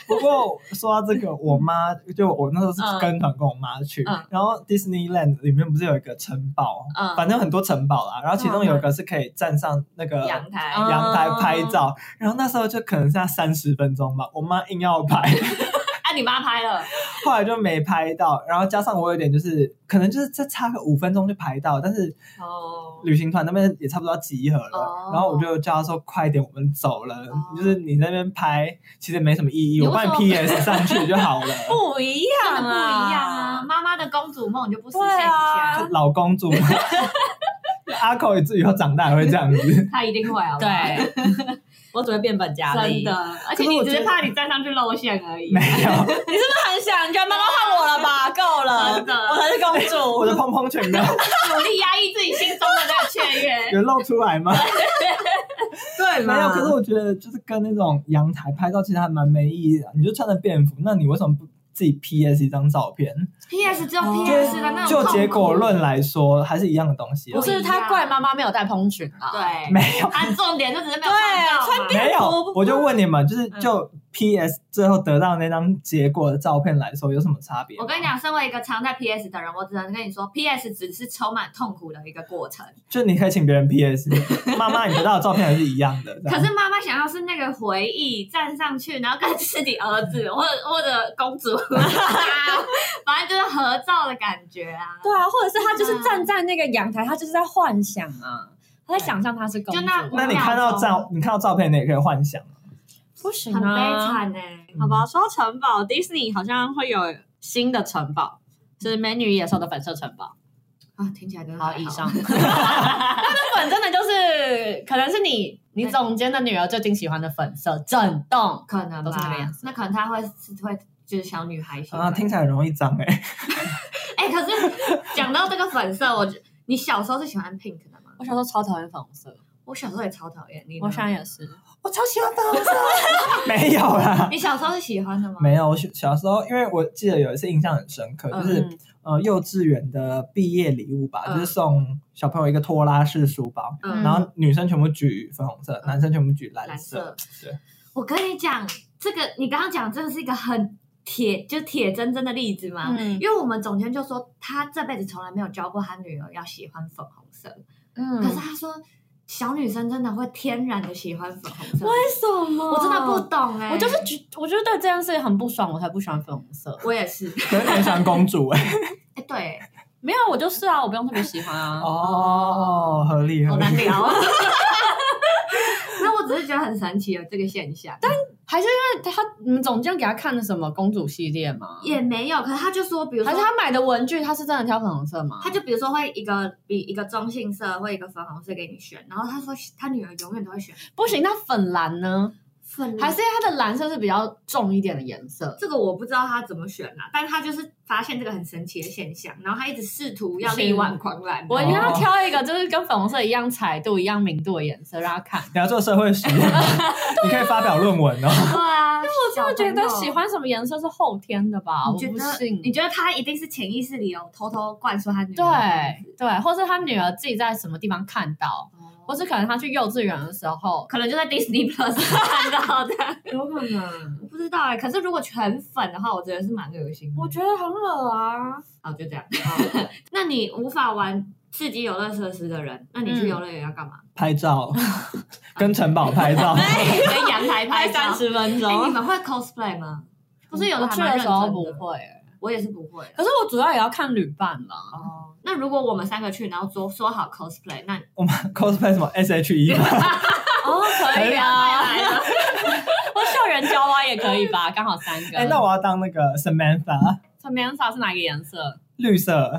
Speaker 2: 不过说到这个，我妈就我那时候是跟团跟我妈去，
Speaker 3: 嗯
Speaker 2: 然后 Disneyland 里面不是有一个城堡，
Speaker 3: 嗯
Speaker 2: 反正很多城堡啦，然后其中有一个是可以站上那个
Speaker 3: 阳台
Speaker 4: 嗯
Speaker 2: 阳台拍照，然后那时候就可能剩下三十分钟吧，我妈硬要拍，
Speaker 3: 啊，你妈拍了，
Speaker 2: 后来就没拍到，然后加上我有点就是可能就是再差个五分钟就排到，但是
Speaker 3: 哦，
Speaker 2: 旅行团那边也差不多要集合了，
Speaker 3: 哦
Speaker 2: 然后我就叫他说快一点，我们走了，
Speaker 3: 哦
Speaker 2: 就是你那边拍其实没什么意义，
Speaker 3: 你为
Speaker 2: 我帮你
Speaker 3: 什么
Speaker 2: PS 上去就好 了。
Speaker 4: 不一
Speaker 3: 真
Speaker 4: 样
Speaker 3: 的不一样啊！！妈妈的公主梦你就不实现一
Speaker 4: 对
Speaker 3: 下
Speaker 4: 啊，
Speaker 2: 老公主，阿口也自己以后长大也会这样 子。
Speaker 3: 她一定会啊！好不好，
Speaker 4: 对， 我只会变本加厉。
Speaker 3: 真的，，而且你只是怕你站上去露馅而已
Speaker 2: 没。有，
Speaker 4: 你是不是很想？你觉得妈妈换我了吧？够了
Speaker 3: 真，的
Speaker 4: 我才是公
Speaker 2: 我的
Speaker 4: 主。
Speaker 2: 砰砰 拳没有
Speaker 3: 努力压抑自己心中的那个雀跃，
Speaker 2: 有露出 来吗？
Speaker 4: 对
Speaker 2: 没有。可是我觉得就是跟那种阳台拍照其实还蛮没意义的。你就穿着便服，那你为什么不自己 PS 一张照片？
Speaker 3: P.S. 只有
Speaker 4: 哦
Speaker 3: P.S. 的那种
Speaker 2: 就
Speaker 3: 痛苦
Speaker 2: 结果，论来说，还是一样的东西啊
Speaker 4: 不。是他怪妈妈没有带蓬裙啊？，
Speaker 3: 对，
Speaker 2: 没有，
Speaker 3: 啊，重点就只是没有
Speaker 4: 对啊
Speaker 3: 穿
Speaker 4: 穿
Speaker 3: 到嘛
Speaker 4: 便
Speaker 2: 没有
Speaker 4: 服，
Speaker 2: 我就问你们，就是
Speaker 3: 嗯
Speaker 2: 就 PS 最后得到那张结果的照片来说，有什么差别？
Speaker 3: 我跟你，讲，身为一个常在 PS 的人，我只能跟你说，PS 只是充满痛苦的一个过程。
Speaker 2: 就你可以请别人 PS，妈妈你得到的照片还是一样的。这
Speaker 4: 啊
Speaker 3: 可
Speaker 2: 样
Speaker 3: 是妈妈想要是那个回忆站上去，然后跟自己儿子或者或者公 主，反正就是合照的感觉啊。
Speaker 4: 对啊，或者是他就是站在那个阳台，他就是在幻想啊，他在想象他是公主。
Speaker 3: 就那
Speaker 2: 那你看到照，你看到照片，你也可以幻想。啊
Speaker 4: 不行
Speaker 3: 很悲
Speaker 4: 啊，
Speaker 3: 惨欸呢、
Speaker 4: 好吧，说到城堡，Disney 好像会有新的城堡，就是美女与野兽的粉色城堡。
Speaker 3: 啊，听起来真的还
Speaker 4: 好，
Speaker 3: 好
Speaker 4: 以上。 那那粉真的就是，可能是你你总监的女儿最近喜欢的粉色，整栋
Speaker 3: 可能
Speaker 4: 都是那
Speaker 3: 吧
Speaker 4: 个样子，
Speaker 3: 那可能她会是会就是小女孩型的
Speaker 2: 啊，听起来很容易脏哎、
Speaker 3: 哎、可是讲到这个粉色，我觉你小时候是喜欢 pink 的吗？
Speaker 4: 我小时候超讨厌粉红色，
Speaker 3: 我小时候也超讨厌你呢，
Speaker 4: 我现在也是。
Speaker 2: 我超喜欢粉红色。 没有啦，
Speaker 3: 你小时候是喜欢的吗？
Speaker 2: 没有。我小小时候，因为我记得有一次印象很深刻，就是、
Speaker 4: 嗯
Speaker 2: 呃幼稚园的毕业礼物吧，
Speaker 3: 嗯
Speaker 2: 就是送小朋友一个拖拉式书包，
Speaker 3: 嗯
Speaker 2: 然后女生全部举粉红色，
Speaker 3: 嗯
Speaker 2: 男生全部举蓝
Speaker 3: 蓝
Speaker 2: 色。
Speaker 3: 色。
Speaker 2: 对，
Speaker 3: 我跟你讲，这个你刚刚讲真的是一个很铁，就铁铮铮的例子嘛。
Speaker 4: 嗯
Speaker 3: 因为我们总监就说，他这辈子从来没有教过他女儿要喜欢粉红色，
Speaker 4: 嗯
Speaker 3: 可是他说小女生真的会天然的喜欢粉红色，
Speaker 4: 为什么？
Speaker 3: 我真的不，懂哎、
Speaker 4: 我就是觉，我就是对这件事情很不爽，我才不喜欢粉红色。
Speaker 3: 我也是，
Speaker 2: 可是你很喜欢公 主哎、
Speaker 3: 哎、对，
Speaker 4: 没有，我就是啊，我不用特别喜欢 啊。
Speaker 2: 哦，合理
Speaker 3: 好
Speaker 2: 合
Speaker 3: 难
Speaker 2: 理。
Speaker 3: 聊啊。 那我只是觉得很神奇的这个现象，但
Speaker 4: 还是因为他你们总监给他看的什么公主系列吗？
Speaker 3: 也没有。可是他就说，比如说
Speaker 4: 还是他买的文具，他是真的挑粉红色吗？
Speaker 3: 他就比如说会一个比一个中性色或一个粉红色给你选，然后他说他女儿永远都会选
Speaker 4: 不行，那粉蓝呢？
Speaker 3: 粉蓝，
Speaker 4: 还是因为它的蓝色是比较重一点的颜色？
Speaker 3: 这个我不知道他怎么选啦、但他就是发现这个很神奇的现象，然后他一直试图要力挽狂澜。哦
Speaker 4: 我一定
Speaker 2: 觉得
Speaker 4: 要挑一个就是跟粉红色一样彩度、一样明度的颜色让他看。
Speaker 2: 你要做社会 实验，你可以发表论文哦。
Speaker 3: 对 啊，
Speaker 4: 我真的觉得
Speaker 3: 小朋友
Speaker 4: 喜。欢什么颜色是后天的吧，我
Speaker 3: 你觉
Speaker 4: 不
Speaker 3: 得
Speaker 4: 信
Speaker 3: 你。觉得他一定是潜意识里有偷偷灌输他女儿？
Speaker 4: 对，对，或是他女儿自己在什么地方看到，
Speaker 3: 哦
Speaker 4: 或是可能他去幼稚园的时候，
Speaker 3: 可能就在 Disney Plus 看到的，
Speaker 4: 有可能。
Speaker 3: 我不知道哎、可是如果全粉的话，我觉得是蛮恶心的。
Speaker 4: 我觉得很恶啊，
Speaker 3: 好，就这样。那你无法玩刺激游乐设施的人，那你去游乐园要干嘛？
Speaker 2: 拍照，跟城堡拍照。
Speaker 3: 哎跟阳台拍
Speaker 4: 拍
Speaker 3: 照
Speaker 4: 三。十分
Speaker 3: 哎，你
Speaker 4: 钟。
Speaker 3: 们会 cosplay 吗？不是有
Speaker 4: 哦 我
Speaker 3: 的还
Speaker 4: 去
Speaker 3: 蛮
Speaker 4: 的
Speaker 3: 认
Speaker 4: 时
Speaker 3: 真
Speaker 4: 候
Speaker 3: 的
Speaker 4: 不，会欸，
Speaker 3: 我也是不会。
Speaker 4: 可是我主要也要看旅伴啦。
Speaker 3: 哦，那如果我们三个去，然后说说好 cosplay，那
Speaker 2: 我们 cosplay 什么 E SHE
Speaker 3: 啊
Speaker 2: 吗？
Speaker 4: 哦，可
Speaker 3: 哎
Speaker 4: 以啊，
Speaker 3: 太来了，
Speaker 4: 或校园娇娃也可以 吧，刚好三个。
Speaker 2: 哎、那我要当那个 Samantha，
Speaker 4: Samantha 是哪个颜色？
Speaker 2: 绿色。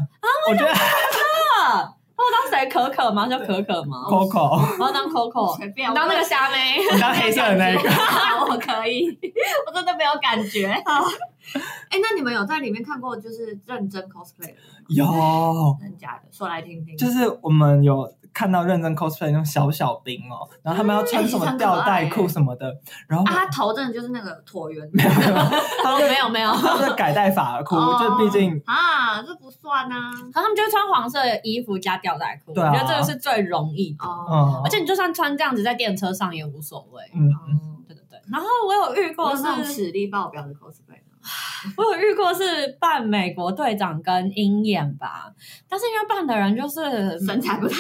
Speaker 2: 我觉得
Speaker 3: 哦
Speaker 4: 啊，那我当谁？可可吗？叫可可吗？
Speaker 3: 哦
Speaker 2: Coco，
Speaker 4: 我要当 Coco，
Speaker 3: 随便。
Speaker 4: 你当那个虾妹。
Speaker 2: 你 当黑色的那个。
Speaker 4: 哦
Speaker 3: 个，我可以，我真的没有感觉。 哎，那你们有在里面看过就是认真 cosplay 的吗？
Speaker 2: 有，
Speaker 3: 真的假的？说来听听。
Speaker 2: 就是我们有看到认真 cosplay 那种小小兵哦，然后他们要穿什么吊带裤什么的，然后
Speaker 3: 啊，他头真的就是那个椭圆
Speaker 2: 没有没有，他
Speaker 4: 哦，
Speaker 2: 们
Speaker 4: 没有没有，
Speaker 2: 他们改带发裤，
Speaker 3: 哦
Speaker 2: 就毕竟
Speaker 3: 啊，这不算啊。
Speaker 4: 可他们就会穿黄色的衣服加吊带裤，
Speaker 2: 对啊
Speaker 4: 我觉得这个是最容易的。
Speaker 3: 哦
Speaker 2: 嗯，
Speaker 4: 而且你就算穿这样子在电车上也无所谓。
Speaker 2: 嗯，
Speaker 3: 哦，
Speaker 4: 对对对。然后我有遇过
Speaker 3: 我是那种
Speaker 4: 是，
Speaker 3: 实力爆表的 cosplay 呢。
Speaker 4: 我有遇过是扮美国队长跟鹰眼吧，但是因为扮的人就是嗯
Speaker 3: 身材不太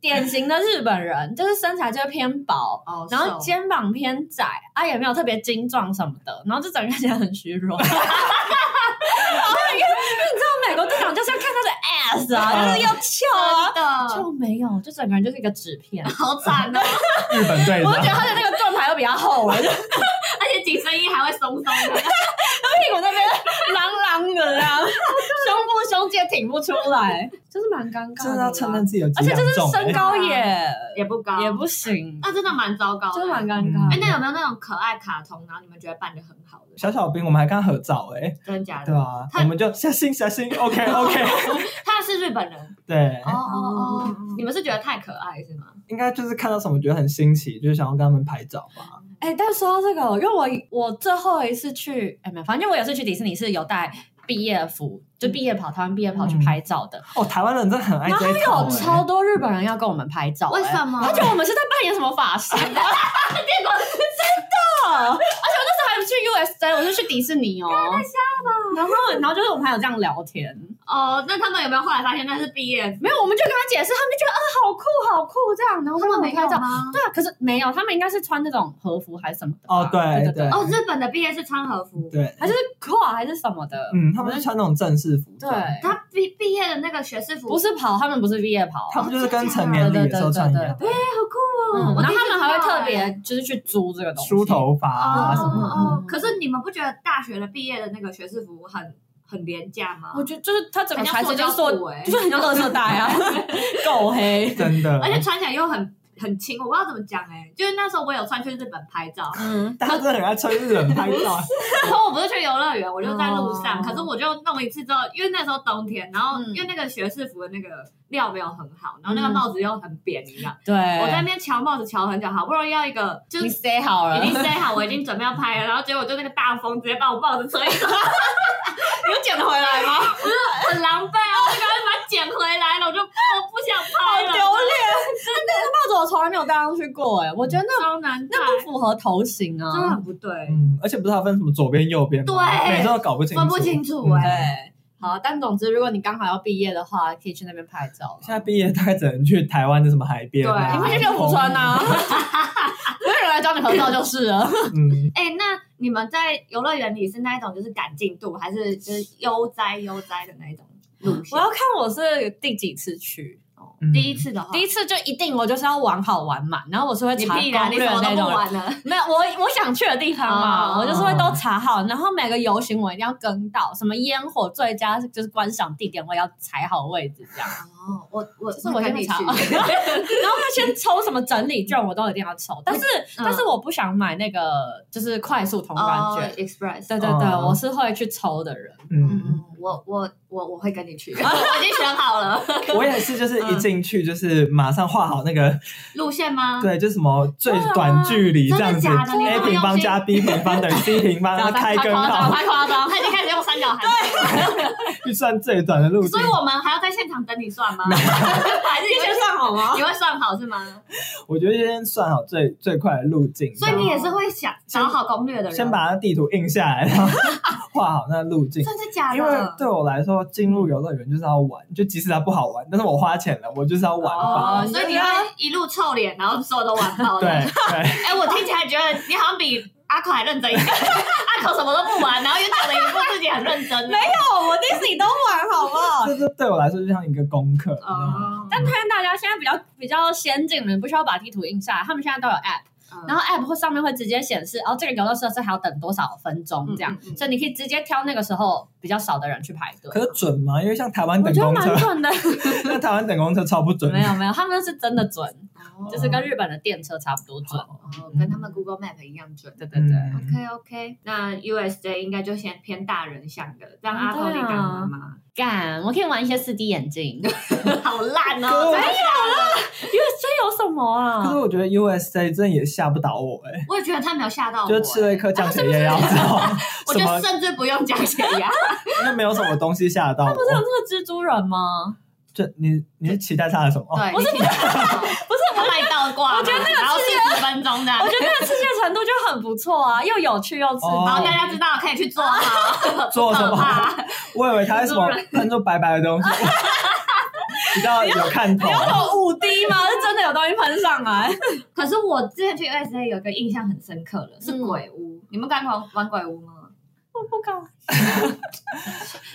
Speaker 4: 典型的日本人，就是身材就会偏薄，
Speaker 3: 哦，
Speaker 4: 然后
Speaker 3: 瘦
Speaker 4: 肩膀偏窄，啊也没有特别精壮什么的，然后就整个看起来很虚弱。 然后因为因为你知道美国队长就是要看他的 ass 啊，就是要翘啊，
Speaker 3: 真的
Speaker 4: 就没有，就整个人就是一个纸片。
Speaker 3: 好惨哦，
Speaker 2: 日本队
Speaker 4: 我就觉得
Speaker 2: 长，
Speaker 4: 他的那个状态又比较厚，我就
Speaker 3: 而且紧身衣还会松松的。
Speaker 4: 屁股那边啷啷的这 样，胸部胸肌也挺不出来，就是蛮尴尬的啦。哎
Speaker 2: 真的要称赞自己有
Speaker 4: 而
Speaker 2: 几
Speaker 4: 且
Speaker 2: 两
Speaker 4: 就是
Speaker 2: 重、
Speaker 4: 身
Speaker 2: 欸。
Speaker 4: 高也
Speaker 3: 也不高，
Speaker 4: 也，不行，
Speaker 3: 那真的蛮糟糕的，
Speaker 4: 就是蛮尴
Speaker 2: 嗯
Speaker 4: 尬
Speaker 3: 哎、
Speaker 4: 的。
Speaker 3: 那有没有那种可爱卡通，然后你们觉得扮的很好的？
Speaker 2: 小小兵，我们还跟他合照哎、欸，
Speaker 3: 真的假的？
Speaker 2: 对啊，
Speaker 3: 他
Speaker 2: 我们就小心小心，OK OK，
Speaker 3: 他是日本人。
Speaker 2: 对，
Speaker 3: 哦哦哦
Speaker 4: 哦，
Speaker 3: 你们是觉得太可爱是吗？
Speaker 2: 应该就是看到什么觉得很新奇，就是想要跟他们拍照吧。
Speaker 4: 哎、但说到这个，因为我我最后一次去，哎、没有，反正我有次去迪士尼是有带毕业服，就毕业跑，台湾毕业跑去拍照的。
Speaker 2: 哦，台湾人真的很爱
Speaker 4: 然后
Speaker 2: 这一套、
Speaker 4: 有
Speaker 2: 欸，
Speaker 4: 超多日本人要跟我们拍照、
Speaker 3: 为
Speaker 4: 哎
Speaker 3: 什么
Speaker 4: 他觉得我们是在扮演什么法 师？ 真的，而且我那时候还不去 USJ，我是去迪士尼哦。太瞎了然后，然后就是我们还有这样聊天，
Speaker 3: 哦，那他们有没有后来发现那是毕业？
Speaker 4: 没有，我们就跟他解释，他们就觉得啊、好酷，好酷这样，然后
Speaker 3: 他们
Speaker 4: 跟我
Speaker 3: 没
Speaker 4: 拍
Speaker 3: 有
Speaker 4: 照。
Speaker 3: 吗？
Speaker 4: 对啊，可是没有，他们应该是穿那种和服还是什么的吧。
Speaker 2: 哦对
Speaker 4: 对
Speaker 2: 对
Speaker 3: 哦，日本的毕业是穿和服，
Speaker 2: 对，
Speaker 4: 还是胯还是什么的，
Speaker 2: 嗯，他们是穿那种正式服
Speaker 4: 对
Speaker 2: 装，，
Speaker 3: 他毕毕业的那个学士服
Speaker 4: 不是跑，他们不是毕业跑，啊
Speaker 2: 他们就是跟成
Speaker 4: 对
Speaker 2: 年
Speaker 4: 对
Speaker 2: 礼
Speaker 4: 对
Speaker 2: 的时候穿
Speaker 4: 对
Speaker 2: 一
Speaker 4: 对
Speaker 2: 样，，
Speaker 4: 对
Speaker 3: 哎、好酷哦！
Speaker 4: 嗯
Speaker 3: 我
Speaker 4: 然后
Speaker 3: 第一
Speaker 4: 他
Speaker 3: 次
Speaker 4: 们还会
Speaker 3: 知道
Speaker 4: 特
Speaker 3: 哎
Speaker 4: 别就是去租这个东西，
Speaker 2: 梳头发啊什
Speaker 3: 哦
Speaker 2: 么
Speaker 3: 哦
Speaker 2: 的。
Speaker 3: 哦，可是你们不觉得大学的毕业的那个学士服很很廉价吗？
Speaker 4: 我觉得就是它整个
Speaker 3: 很像
Speaker 4: 材质就是
Speaker 3: 塑
Speaker 4: 塑
Speaker 3: 胶布欸
Speaker 4: 就是很像垃圾袋啊，够黑。
Speaker 2: 真的，
Speaker 3: 而且穿起来又很很轻，我不知道怎么讲哎、就是那时候我有穿去日本拍照，
Speaker 4: 嗯，
Speaker 2: 大家真的很爱穿日本拍照，
Speaker 3: 然后我不是去游乐园，我就在路上，
Speaker 4: 哦
Speaker 3: 可是我就弄一次之后，因为那时候冬天，然后
Speaker 4: 嗯
Speaker 3: 因为那个学士服的那个料没有很好，然后那个帽子又很扁一样，
Speaker 4: 对，
Speaker 3: 我在那边瞧帽子瞧很久，好不容易要一个就
Speaker 4: 你
Speaker 3: 是。
Speaker 4: 塞好了
Speaker 3: 已，经塞好，我已经准备要拍了，然后结果就那个大风直接把我帽子吹走，
Speaker 4: 有捡回来吗？
Speaker 3: 很狼狈啊！我就赶快把它捡回来了，我就我不想
Speaker 4: 好
Speaker 3: 拍
Speaker 4: 丢
Speaker 3: 了，
Speaker 4: 脸！那个帽子我从来没有戴上去过，哎，我觉得那
Speaker 3: 超难看，
Speaker 4: 那不符合头型
Speaker 3: 真的
Speaker 4: 啊。
Speaker 3: 很不对。
Speaker 2: 嗯，而且不是还分什么左边右边吗，
Speaker 3: 对
Speaker 2: 每次都搞不清楚，
Speaker 3: 分不清楚
Speaker 2: 嗯
Speaker 3: 哎
Speaker 4: 对，好，但总之，如果你刚好要毕业的话，可以去那边拍照
Speaker 2: 现
Speaker 4: 了。
Speaker 2: 在毕业大概只能去台湾的什么海边啊，
Speaker 3: 对
Speaker 4: 你会去六福村呐？没有人来找你合照就是了。
Speaker 2: 嗯，
Speaker 3: 哎、那你们在游乐园里是那一种就是赶进度，还是就是悠哉悠哉的那一种路
Speaker 4: 我
Speaker 3: 线？
Speaker 4: 要看我是第几次去，
Speaker 3: 哦
Speaker 2: 嗯
Speaker 3: 第一次的话，
Speaker 4: 第一次就一定我就是要玩好玩满，然后我是会
Speaker 3: 你
Speaker 4: 查
Speaker 3: 屁啦，
Speaker 4: 攻
Speaker 3: 你
Speaker 4: 略
Speaker 3: 什
Speaker 4: 的
Speaker 3: 么
Speaker 4: 那
Speaker 3: 都
Speaker 4: 种
Speaker 3: 不
Speaker 4: 人。
Speaker 3: 玩了。
Speaker 4: 没有，我我想去的地方嘛，
Speaker 3: 哦
Speaker 4: 我就是会都查好，然后每个游行我一定要跟到，什么烟火最佳就是观赏地点，我也要踩好位置这样。
Speaker 3: 哦，我我
Speaker 4: 这是我
Speaker 3: 跟
Speaker 4: 先不
Speaker 3: 你 去嗯
Speaker 4: 查，，然后会先抽什么整理券，我都一定要抽，但是、
Speaker 3: 嗯
Speaker 4: 但是我不想买那个就是快速通关
Speaker 3: 哦
Speaker 4: 券。
Speaker 3: ，Express，
Speaker 4: 对对对，
Speaker 2: 哦
Speaker 4: 我是会去抽的人。
Speaker 2: 嗯，
Speaker 3: 嗯，我我我我会跟 你去，我已经选好了
Speaker 2: 我也是，就是一进去就是马上画好那个，
Speaker 3: 路线吗？
Speaker 2: 对，就什么最短距离这
Speaker 3: 真
Speaker 2: 样子
Speaker 3: 的假的你
Speaker 2: ，A
Speaker 3: 这么
Speaker 2: 平方
Speaker 3: 用心
Speaker 2: 加 B 平方等于 C 平方， 然后开根号，
Speaker 3: 太夸 张，他已经开始用三角函数了，
Speaker 2: 预算最短的路径
Speaker 3: 所以。我们还要在现场等你 算吗？还是你 会
Speaker 4: 算好吗？
Speaker 3: 你会算好是吗？
Speaker 2: 我觉得先算好最最快的路径，
Speaker 3: 啊所以你也是会想找好攻略的人，
Speaker 2: 先把它地图印下来，然后 画好那路径。
Speaker 3: 真的假的？
Speaker 2: 因为
Speaker 4: 嗯
Speaker 2: 对我来说，进入游乐园就是要玩，就即使它不好玩，但是我花钱了，我就是要玩吧。
Speaker 4: 哦
Speaker 3: 所以你会一路臭脸，然后所有都玩爆
Speaker 2: 对
Speaker 3: 的。
Speaker 2: 对，
Speaker 3: 哎、我听起来觉得你好像比阿口还认真一点。阿口什么都不玩，然后又讲了一副自己很认真。
Speaker 4: 没有，我 Disney 都玩好不好？
Speaker 2: 这这对我来说就像一个功课。嗯
Speaker 3: 哦，
Speaker 4: 但看大家现在比较比较先进了，你不需要把地图印下来，他们现在都有 app，
Speaker 3: 嗯
Speaker 4: 然后 app 会上面会直接显示，哦，这个游乐设施还要等多少分钟这样，
Speaker 3: 嗯嗯嗯
Speaker 4: 所以你可以直接挑那个时候比较少的人去排队。
Speaker 2: 可是准吗？因为像台湾
Speaker 4: 我
Speaker 2: 等
Speaker 4: 觉得
Speaker 2: 公
Speaker 4: 蛮
Speaker 2: 车，
Speaker 4: 准的，
Speaker 2: 像台湾等公车超不准。
Speaker 4: 没有没有，他们是真的准，
Speaker 3: 哦
Speaker 4: 就是跟日本的电车差不多准。
Speaker 3: 哦跟他们 Google Map 一样准。
Speaker 4: 对对对，
Speaker 2: 嗯，
Speaker 3: OK OK，那 USJ 应该就先偏大人向的，让阿口
Speaker 4: 对
Speaker 3: 你
Speaker 4: 啊
Speaker 3: 干嘛嘛？
Speaker 4: 干，我可以玩一些四 D 眼镜。
Speaker 3: 好烂
Speaker 2: 哥
Speaker 3: 哦！真的假的
Speaker 4: 这有什么
Speaker 2: 可是
Speaker 4: 啊？
Speaker 2: 我觉得 USA 真的也吓不倒我哎、
Speaker 3: 我也觉得他没有吓到我，欸
Speaker 2: 就吃了
Speaker 4: 欸
Speaker 2: 一颗
Speaker 4: 啊
Speaker 2: 降血压药之后，
Speaker 3: 我
Speaker 2: 什
Speaker 3: 觉
Speaker 2: 么
Speaker 3: 得甚至不用讲解啊压。
Speaker 2: 就没有什么东西吓到我。
Speaker 4: 不是有那个蜘蛛人吗？
Speaker 2: 就你你是期待他的什么？
Speaker 3: 对，
Speaker 4: 不是
Speaker 3: 不是不是卖倒挂嘛，
Speaker 4: 我觉得那个
Speaker 3: 然后四十分钟的，
Speaker 4: 我觉得那个刺激的程度就很不错啊，又有趣又刺激。
Speaker 2: 哦
Speaker 3: 好大家知道可以去做好，
Speaker 2: 做什
Speaker 3: 不可怕
Speaker 2: 么？我以为他是什么喷出白白 的东西，比较有看头
Speaker 4: 有。我五 D 吗？是真的有东西喷上 来？
Speaker 3: 可是我之前去 USA 有一个印象很深刻的是鬼屋，你们敢玩玩鬼屋吗？
Speaker 4: 我不敢。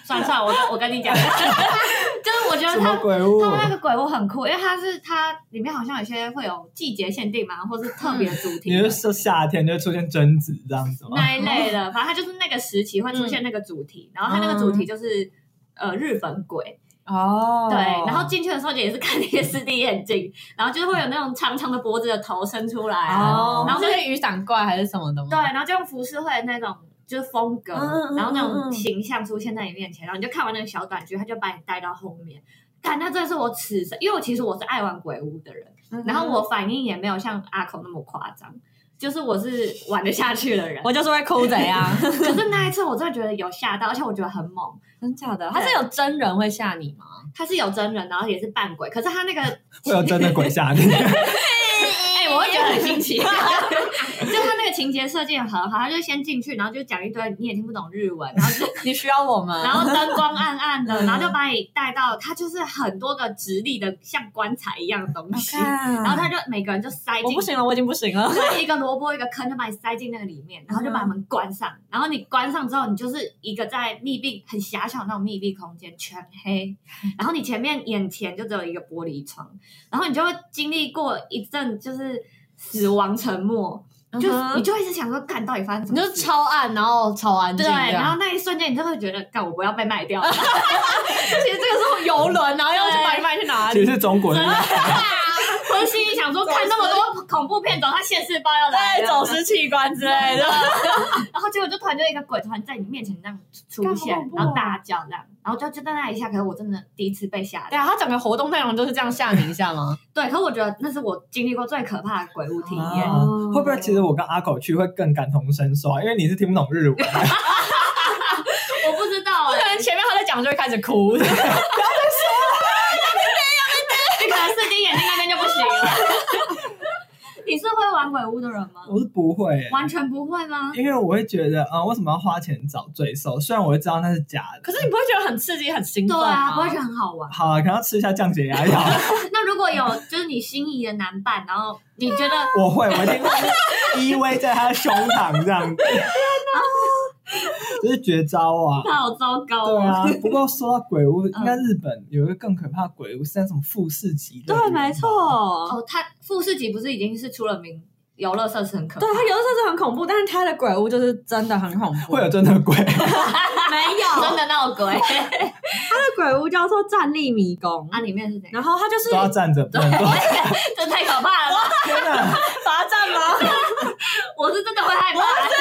Speaker 3: 算了算了， 我我跟你讲，就是我觉得
Speaker 2: 什
Speaker 3: 它
Speaker 2: 么鬼屋？啊
Speaker 3: 它那个鬼屋很酷，因为它是它里面好像有些会有季节限定嘛，或是特别主题
Speaker 2: 你
Speaker 4: 啊
Speaker 3: 的
Speaker 2: 是说夏天就会出现贞子这样子吗？
Speaker 3: 那一类的，反正它就是那个时期会出现那个主
Speaker 2: 嗯
Speaker 3: 题，然后它那个主题就是。呃，日本鬼
Speaker 4: 哦
Speaker 3: 对，然后进去的时候也是看那些 4D 眼镜，然后就是会有那种长长的脖子的头伸出来啊，
Speaker 4: 哦，
Speaker 3: 然
Speaker 4: 然后
Speaker 3: 后就是
Speaker 4: 是雨伞怪还是什么的吗？
Speaker 3: 对，然后就用浮世绘的那种就是风格，
Speaker 4: 嗯嗯
Speaker 3: 然后那
Speaker 4: 嗯嗯
Speaker 3: 种
Speaker 4: 嗯
Speaker 3: 形象出现在你面前，然后你就看完那个小短剧，他就把你带到后面。但那真的是我此生，因为我其实我是爱玩鬼屋的人，
Speaker 4: 嗯
Speaker 3: 然后我反应也没有像阿口那么夸张，就是我是玩得下去 的人。
Speaker 4: 我就是会哭啊怎样？
Speaker 3: 可是那一次我真的觉得有吓到，而且我觉得很猛，
Speaker 4: 真假的？他是有真人会吓你吗？
Speaker 3: 他是有真人，然后也是扮鬼，可是他那 个
Speaker 2: 会有真的鬼吓你？
Speaker 3: 哎、我会觉得很新奇。就 他那个情节设计很好，他就先进去，然后就讲一堆你也听不懂日文，然后就
Speaker 4: 你需要我们？
Speaker 3: 然后灯光暗暗的，
Speaker 4: 嗯
Speaker 3: 然后就把你带到，它就是很多个直立的像棺材一样的东西，
Speaker 4: 然
Speaker 3: 然后他就每个人就塞
Speaker 4: 我
Speaker 3: 进
Speaker 4: 不。行了，我已经不行了。
Speaker 3: 就是一个萝卜一个坑，就把你塞进那个里面，然后就把门关上。然后你关上之后，你就是一个在密闭、很狭小的那种密闭空间，全黑。然后你前面眼前就只有一个玻璃窗，然后你就会经历过一阵就是死亡沉默，就你
Speaker 4: 你
Speaker 3: 就会一直想说，干到底发生什
Speaker 4: 嗯你
Speaker 3: 么事？
Speaker 4: 就是超暗，然后超安静
Speaker 3: 对，
Speaker 4: 这样，
Speaker 3: 然后那一瞬间你就会觉得，干我不要被卖掉，
Speaker 4: 其实这个是游 轮，然后要去
Speaker 3: 对
Speaker 4: 把你卖去哪
Speaker 2: 其
Speaker 4: 里
Speaker 2: 实？是中国人，
Speaker 3: 我心里想说，看那么多恐怖片，找他现世报要来
Speaker 4: 对，
Speaker 3: 了
Speaker 4: 走失器官之类的。
Speaker 3: 然后结果就突然就一个鬼突然在你面前这样出
Speaker 4: 干好
Speaker 3: 现，
Speaker 4: 恐怖哦
Speaker 3: 然后大叫这样，然后就就在那一下，可是我真的第一次被吓
Speaker 4: 对
Speaker 3: 到。
Speaker 4: 啊，他整个活动内容就是这样吓你一下吗？
Speaker 3: 对，可我觉得那是我经历过最可怕的鬼屋体验。
Speaker 2: 啊会不会其实我跟阿狗去会更感同身受啊？因为你是听不懂日文的，
Speaker 3: 我不知道
Speaker 4: 不
Speaker 3: 哎、
Speaker 4: 可能前面他在讲就会开始哭，
Speaker 3: 你可能四睛眼睛那边就不行了。 你是会玩鬼屋的人吗？
Speaker 2: 我是不会欸、
Speaker 3: 完全不会吗？
Speaker 2: 因为我会觉得，嗯，为什么要花钱找罪受？虽然我会知道那是假的，
Speaker 4: 可是你不会觉得很刺激、很兴
Speaker 3: 对
Speaker 4: 奋
Speaker 3: 啊，
Speaker 4: 吗？
Speaker 3: 不会觉得很好玩。
Speaker 2: 好了，可能要吃一下降 血压药。
Speaker 3: 那如果有就是你心仪的男伴，然后你觉得
Speaker 2: 我会，我一定会依偎在他的胸膛这样子，这是绝招啊！
Speaker 3: 他好糟糕
Speaker 2: 对
Speaker 3: 哦，
Speaker 2: 啊，不过说到鬼
Speaker 4: 嗯
Speaker 2: 屋，应该日本有一个更可怕的鬼屋，是在什么富士急乐园
Speaker 4: 对，没。错。
Speaker 3: 哦，他富士级不是已经是出了名游乐设施很可怕
Speaker 4: 对，他有的时候是很恐怖，但是他的鬼屋就是真的很恐 怖。
Speaker 2: 会有啊真的鬼，
Speaker 3: 哦
Speaker 4: 没有？
Speaker 3: 真的闹鬼。
Speaker 4: 他的鬼屋叫做站立迷宫，
Speaker 3: 啊，里面是谁？
Speaker 4: 然后他就是
Speaker 2: 都 要站着，不能坐。
Speaker 3: 这太可怕了吧！
Speaker 2: 天哪！
Speaker 4: 罚站吗？
Speaker 3: 我是真的会害怕。
Speaker 4: 对，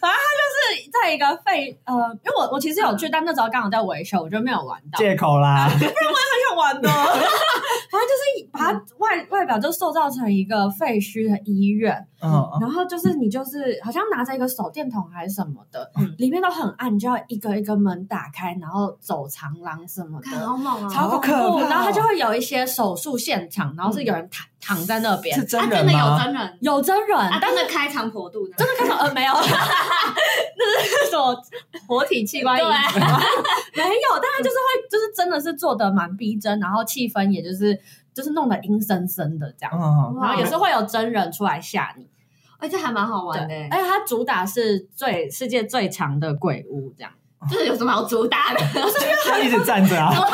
Speaker 4: 反正他就是在一个
Speaker 3: 嗯
Speaker 4: 废呃，因为我我其实有去，但那时候刚好在维修，我就没有玩到。
Speaker 2: 借口啦，
Speaker 4: 想玩的， 反正就是把它外外表就塑造成一个废墟的医院，
Speaker 2: 嗯，
Speaker 4: 然后就是你就是好像拿着一个手电筒还是什么的，
Speaker 1: 嗯
Speaker 4: 里面都很暗，你就要一个一个门打开，然后走长廊什么
Speaker 3: 看
Speaker 4: 的。
Speaker 3: 好猛哦！
Speaker 4: 超恐怖，
Speaker 2: 好可怕哦
Speaker 4: 然后它就会有一些手术现场，然后是有人躺、躺在那边
Speaker 2: 是，真
Speaker 3: 啊、真
Speaker 2: 人
Speaker 3: 的有
Speaker 2: 吗？
Speaker 3: 真人，
Speaker 4: 有真人，
Speaker 3: 啊，
Speaker 4: 但
Speaker 3: 真的开肠破肚的，
Speaker 4: 真的看到呃没 有，那是什么活体器官移植吗？没有，但他就是会，就是真的是做的蛮逼真，然后气氛也就是就是弄得阴森森的这样，
Speaker 2: 嗯，
Speaker 4: 然后也是会有真人出来吓你。
Speaker 3: 而哎且还蛮好
Speaker 4: 对
Speaker 3: 玩的，，欸
Speaker 4: 而且它主打是最世界最长的鬼屋这样，
Speaker 3: 这有什么好主打的？
Speaker 2: 他一直站着啊，
Speaker 3: 哦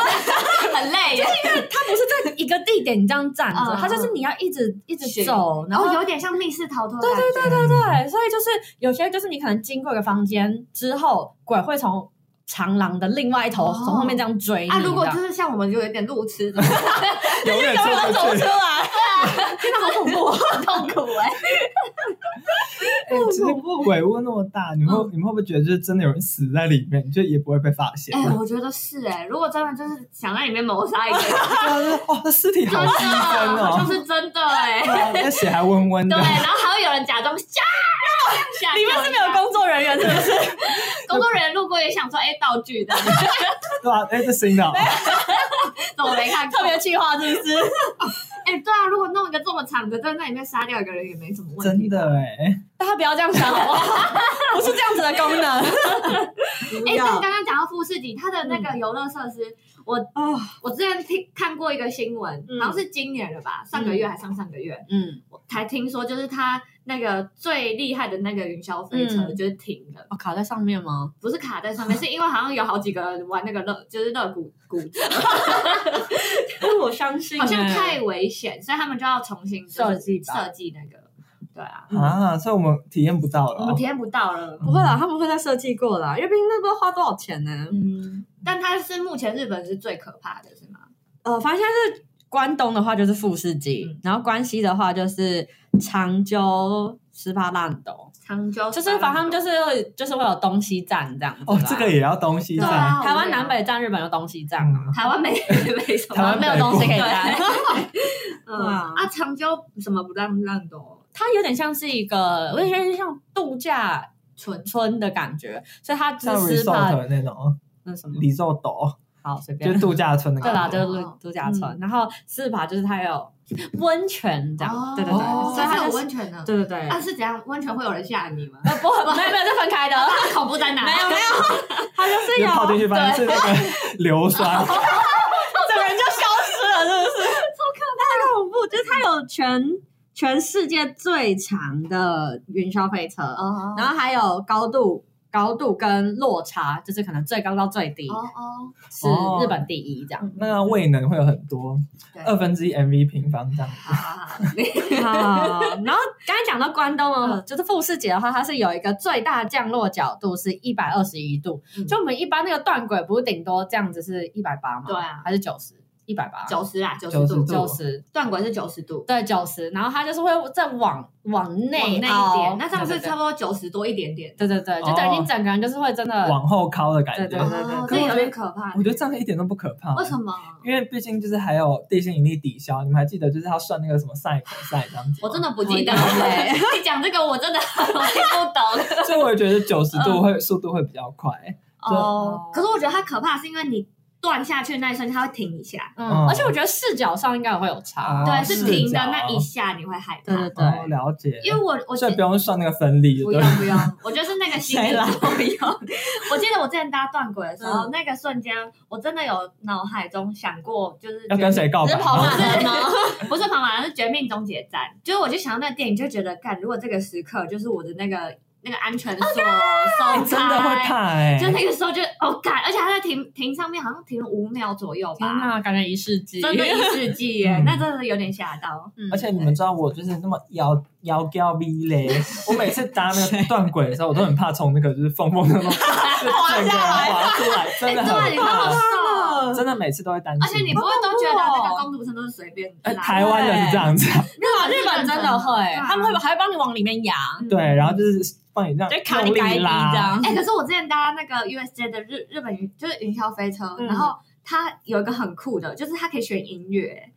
Speaker 3: 很累耶，
Speaker 4: 它不是在一个地点你这样站着，
Speaker 3: 嗯
Speaker 4: 它就是你要一直一直
Speaker 3: 是
Speaker 4: 走，然
Speaker 3: 然
Speaker 4: 后
Speaker 3: 后有点像密室逃脱的感觉，
Speaker 2: 对对对
Speaker 4: 对，所以就是有些就是你可能经过一个房间之后，鬼会从长廊的另外一头
Speaker 3: 哦
Speaker 4: 从后面这样追你。
Speaker 3: 啊，如果
Speaker 4: 这
Speaker 3: 就
Speaker 4: 样
Speaker 3: 是像我们就有点路痴，真的
Speaker 2: 对， 永远
Speaker 4: 永远
Speaker 2: 出
Speaker 4: 走
Speaker 2: 不
Speaker 4: 出
Speaker 2: 去。
Speaker 4: 来，
Speaker 3: 真的好恐怖，很 痛苦哎。
Speaker 2: 哎就是鬼屋那么大，你
Speaker 3: 嗯
Speaker 2: 会你们会不会觉得就是真的有人死在里面，就也不会被发现？
Speaker 3: 哎，我觉得是哎，如果真的就是想在里面谋杀一个人，
Speaker 2: 对啊，哦，那尸体好逼真
Speaker 3: 真的就
Speaker 2: 哦，
Speaker 3: 是真的哎。
Speaker 2: 对啊那血还温温的
Speaker 3: 对，，然后还会有人假装吓， 吓
Speaker 4: 里面是没有工作人员， 是不是？
Speaker 3: 工作人员路过也想说，哎，道具的，
Speaker 2: 对啊，哎，这新的哦，
Speaker 3: 怎么没看过
Speaker 4: 特？别气话，是不是？
Speaker 3: 哎，对啊，如果弄一个这么长的，在那里面杀掉一个人也没什么问
Speaker 2: 真
Speaker 3: 题。
Speaker 2: 的哎，
Speaker 4: 大家不要这样想，好不好？ 不是这样子的功能。
Speaker 3: 哎，但刚刚讲到富士底，它的那个游乐设施，
Speaker 4: 哦，
Speaker 3: 我之前听看过一个新闻，
Speaker 4: 嗯
Speaker 3: 好像是今年了吧，上个月还上上个月，
Speaker 4: 嗯，
Speaker 3: 我才听说，就是它那个最厉害的那个云霄飞车
Speaker 4: 嗯
Speaker 3: 就是停了，
Speaker 4: 我卡在上面吗？
Speaker 3: 不是卡在上 面，是因为好像有好几个人玩那个乐，就是乐谷谷子，
Speaker 4: 我相信
Speaker 3: 好像太危险，所以他们就要重新就是
Speaker 4: 设计吧
Speaker 3: 设计那个，对啊，
Speaker 2: 啊，所以我们体验不到了
Speaker 3: 我
Speaker 2: 哦
Speaker 3: 们。体验不到了。
Speaker 4: 不会啦，他们会再设计过啦，因为毕竟那不知道花多少钱呢。
Speaker 3: 嗯，但它是目前日本是最可怕的，是吗？
Speaker 4: 呃，反正现在是关东的话就是富士急，
Speaker 3: 嗯
Speaker 4: 然后关西的话就是长久斯巴烂斗，
Speaker 3: 长洲
Speaker 4: 就是反正他们就是会就是会有东西站这样子啦。
Speaker 2: 哦，这个也要东西
Speaker 3: 对
Speaker 2: 站，
Speaker 3: 啊，
Speaker 4: 台湾
Speaker 3: 我觉得
Speaker 4: 南北站，日本有东西站啊，
Speaker 2: 嗯
Speaker 3: 台湾没没什
Speaker 2: 台
Speaker 3: 么，
Speaker 2: 湾
Speaker 4: 没有东西可以站。
Speaker 3: 嗯
Speaker 4: 哇
Speaker 3: 啊，长洲什么不让让的哦，
Speaker 4: 它有点像是一个，我也觉得像度假
Speaker 3: 纯
Speaker 4: 村的感觉，所以它就
Speaker 2: 像
Speaker 4: 是斯帕
Speaker 2: resort 那种
Speaker 4: 那什么，
Speaker 2: 里肉斗，
Speaker 4: 好随
Speaker 2: 就
Speaker 4: 便
Speaker 2: 是。度假村的
Speaker 4: 对啦，
Speaker 2: 感
Speaker 4: 就是
Speaker 2: 觉。
Speaker 4: 度度假村，然后斯帕就是它有温泉这样，对对对，
Speaker 3: 哦
Speaker 4: 所以它
Speaker 3: 它是有
Speaker 4: 就是
Speaker 3: 温泉的。
Speaker 4: 对对对，
Speaker 3: 啊，是怎样？温泉会有人吓你 吗？
Speaker 4: 呃不会，没有没有，是分 开的，
Speaker 3: 啊恐怖在哪？
Speaker 4: 没有没有，它就是
Speaker 2: 就
Speaker 4: 有
Speaker 2: 泡进去，发现是那个 硫酸，
Speaker 4: 整个人就消失了，是不是？超可怕，恐怖！就是它有全全世界最长的云霄飞车，
Speaker 3: 哦
Speaker 4: 然后还有高度。高度跟落差，就是可能最高到最低
Speaker 3: 哦哦，
Speaker 4: 是日本第一这样。
Speaker 2: 那个胃能会有很多
Speaker 3: 嗯对，
Speaker 2: 二分之一 MV 平方这样。
Speaker 3: 好好好，
Speaker 4: 好，然后刚才讲到关东哦，就是富士节的话，它是有一个最大降落角度是一百二十一度，
Speaker 3: 嗯
Speaker 4: 就我们一般那个断轨不是顶多这样子是一百八吗？
Speaker 3: 对啊
Speaker 4: 还是九十？一百八？
Speaker 3: 九十啊，九
Speaker 2: 90
Speaker 3: 十度，
Speaker 2: 度
Speaker 4: 九十？
Speaker 3: 断轨是九十度，
Speaker 4: 对，九十。然后它就是会再往往内
Speaker 3: 往那
Speaker 4: 凹
Speaker 3: 一点，哦那上次
Speaker 4: 对
Speaker 3: 差不多九十多一点点，
Speaker 4: 对对对对对，就等于你整个人就是会真的
Speaker 2: 哦往后靠的感
Speaker 4: 对
Speaker 2: 觉
Speaker 4: 对。对
Speaker 3: 哦
Speaker 4: 对
Speaker 2: 可是
Speaker 3: 这
Speaker 2: 我
Speaker 3: 有
Speaker 2: 觉
Speaker 3: 点
Speaker 2: 得
Speaker 3: 可怕。
Speaker 2: 我觉得这样一点都不可怕。
Speaker 3: 为什？么？
Speaker 2: 因为毕竟就是还有地心引力抵消，你们还记得就是要算那个什么赛口赛这样子。
Speaker 3: 我真，的不记得
Speaker 4: 我也
Speaker 3: 嘞， 你讲这个我真的我听不懂。
Speaker 2: 所以我也觉得九十
Speaker 3: 嗯
Speaker 2: 度会速度会比较快。
Speaker 3: 哦，可是我觉得它可怕是因为你断下去那一瞬间它会停一下，
Speaker 4: 嗯，
Speaker 2: 嗯
Speaker 4: 而且我觉得视角上应该也会有差。
Speaker 2: 哦
Speaker 3: 对，是
Speaker 2: 视
Speaker 3: 停的
Speaker 2: 角
Speaker 3: 那一下你会害
Speaker 4: 对对
Speaker 3: 怕。
Speaker 4: 对，
Speaker 2: 哦，了解。
Speaker 3: 因为我我
Speaker 2: 所以
Speaker 3: 记
Speaker 2: 不用算那个分力，
Speaker 3: 不
Speaker 2: 对
Speaker 3: 用
Speaker 2: 吧
Speaker 3: 不用，我觉得是那个心理作用。我记得我之前搭断轨的时候，那个瞬间我真的有脑海中想过，就是
Speaker 2: 要跟谁告
Speaker 4: 你
Speaker 2: 白
Speaker 4: 是
Speaker 2: 吗？
Speaker 4: 跑马灯吗？
Speaker 3: 不是跑马灯，是《绝命终结站》。就是我就想到那个电影，就觉得，干，如果这个时刻就是我的那个那个安全锁
Speaker 2: 哎
Speaker 3: 松
Speaker 2: 真的会
Speaker 3: 开，
Speaker 2: 怕哎、
Speaker 3: 就那个时候就哦干，而且它在停停上面好像停了五秒左右
Speaker 4: 天
Speaker 3: 吧，
Speaker 4: 哪，感觉一世纪，
Speaker 3: 真的一世纪耶，
Speaker 2: 嗯
Speaker 3: 那真的有点吓到。
Speaker 4: 嗯
Speaker 2: 而且你们知道我就是那么摇摇高 V 嘞，我每次搭那个断轨的时候，我都很怕从那个就是缝缝那种 就整个人滑出来，真的
Speaker 3: 哎对啊，
Speaker 2: 很
Speaker 3: 你看好
Speaker 2: 怕，
Speaker 3: 瘦，
Speaker 2: 真的每次都会担
Speaker 3: 而且
Speaker 2: 心
Speaker 3: 你。不啊会都觉得那个公主生都是随便
Speaker 2: 哎，
Speaker 3: 拉
Speaker 2: 嗯台湾人是这样子，啊
Speaker 4: 啊日本日本真的会
Speaker 3: 对，啊
Speaker 4: 他们会还会帮你往里面压，
Speaker 3: 嗯
Speaker 2: 对，然后就是帮你这
Speaker 4: 就卡
Speaker 2: 样
Speaker 4: 你
Speaker 2: 用
Speaker 4: 改
Speaker 2: 力
Speaker 4: 你这
Speaker 2: 拉，
Speaker 4: 样
Speaker 3: 哎、。可是我之前搭那个 USJ 的日日本云就是云霄飞车，
Speaker 4: 嗯
Speaker 3: 然后它有一个很酷的，就是它可以学音乐。
Speaker 4: 啊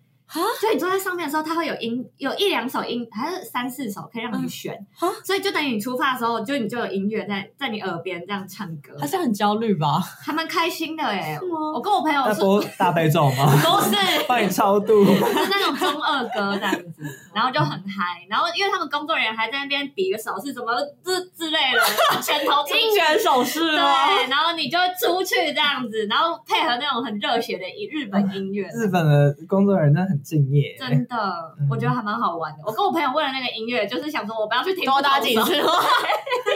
Speaker 3: 所以你坐在上面的时候，它会有音，有一两首音，还是三四首可以让你选。
Speaker 4: 啊
Speaker 3: 所以就等于你出发的时候，就你就有音乐在在你耳边这样唱歌，
Speaker 4: 他是很焦虑吧？
Speaker 3: 还蛮开心的哎、我
Speaker 4: 啊吗？
Speaker 3: 跟我朋友
Speaker 2: 那
Speaker 3: 说，
Speaker 2: 播大悲咒吗？
Speaker 3: 都是
Speaker 2: 帮你超度，
Speaker 3: 就是那种中二歌这样 子，然后就很嗨，然后因为他们工作人员还在那边比个手势，什么之之类的， 拳头出
Speaker 4: 应
Speaker 3: 去，
Speaker 4: 援手势吗？
Speaker 3: 对，然后你就出去这样子，然后配合那种很热血的日本音乐，
Speaker 2: 日本的工作人员真的很敬业，
Speaker 3: 真的
Speaker 2: 嗯，
Speaker 3: 我觉得还蛮好玩的。我跟我朋友为了那个音乐，就是想说我不要去听，
Speaker 4: 多打几 次，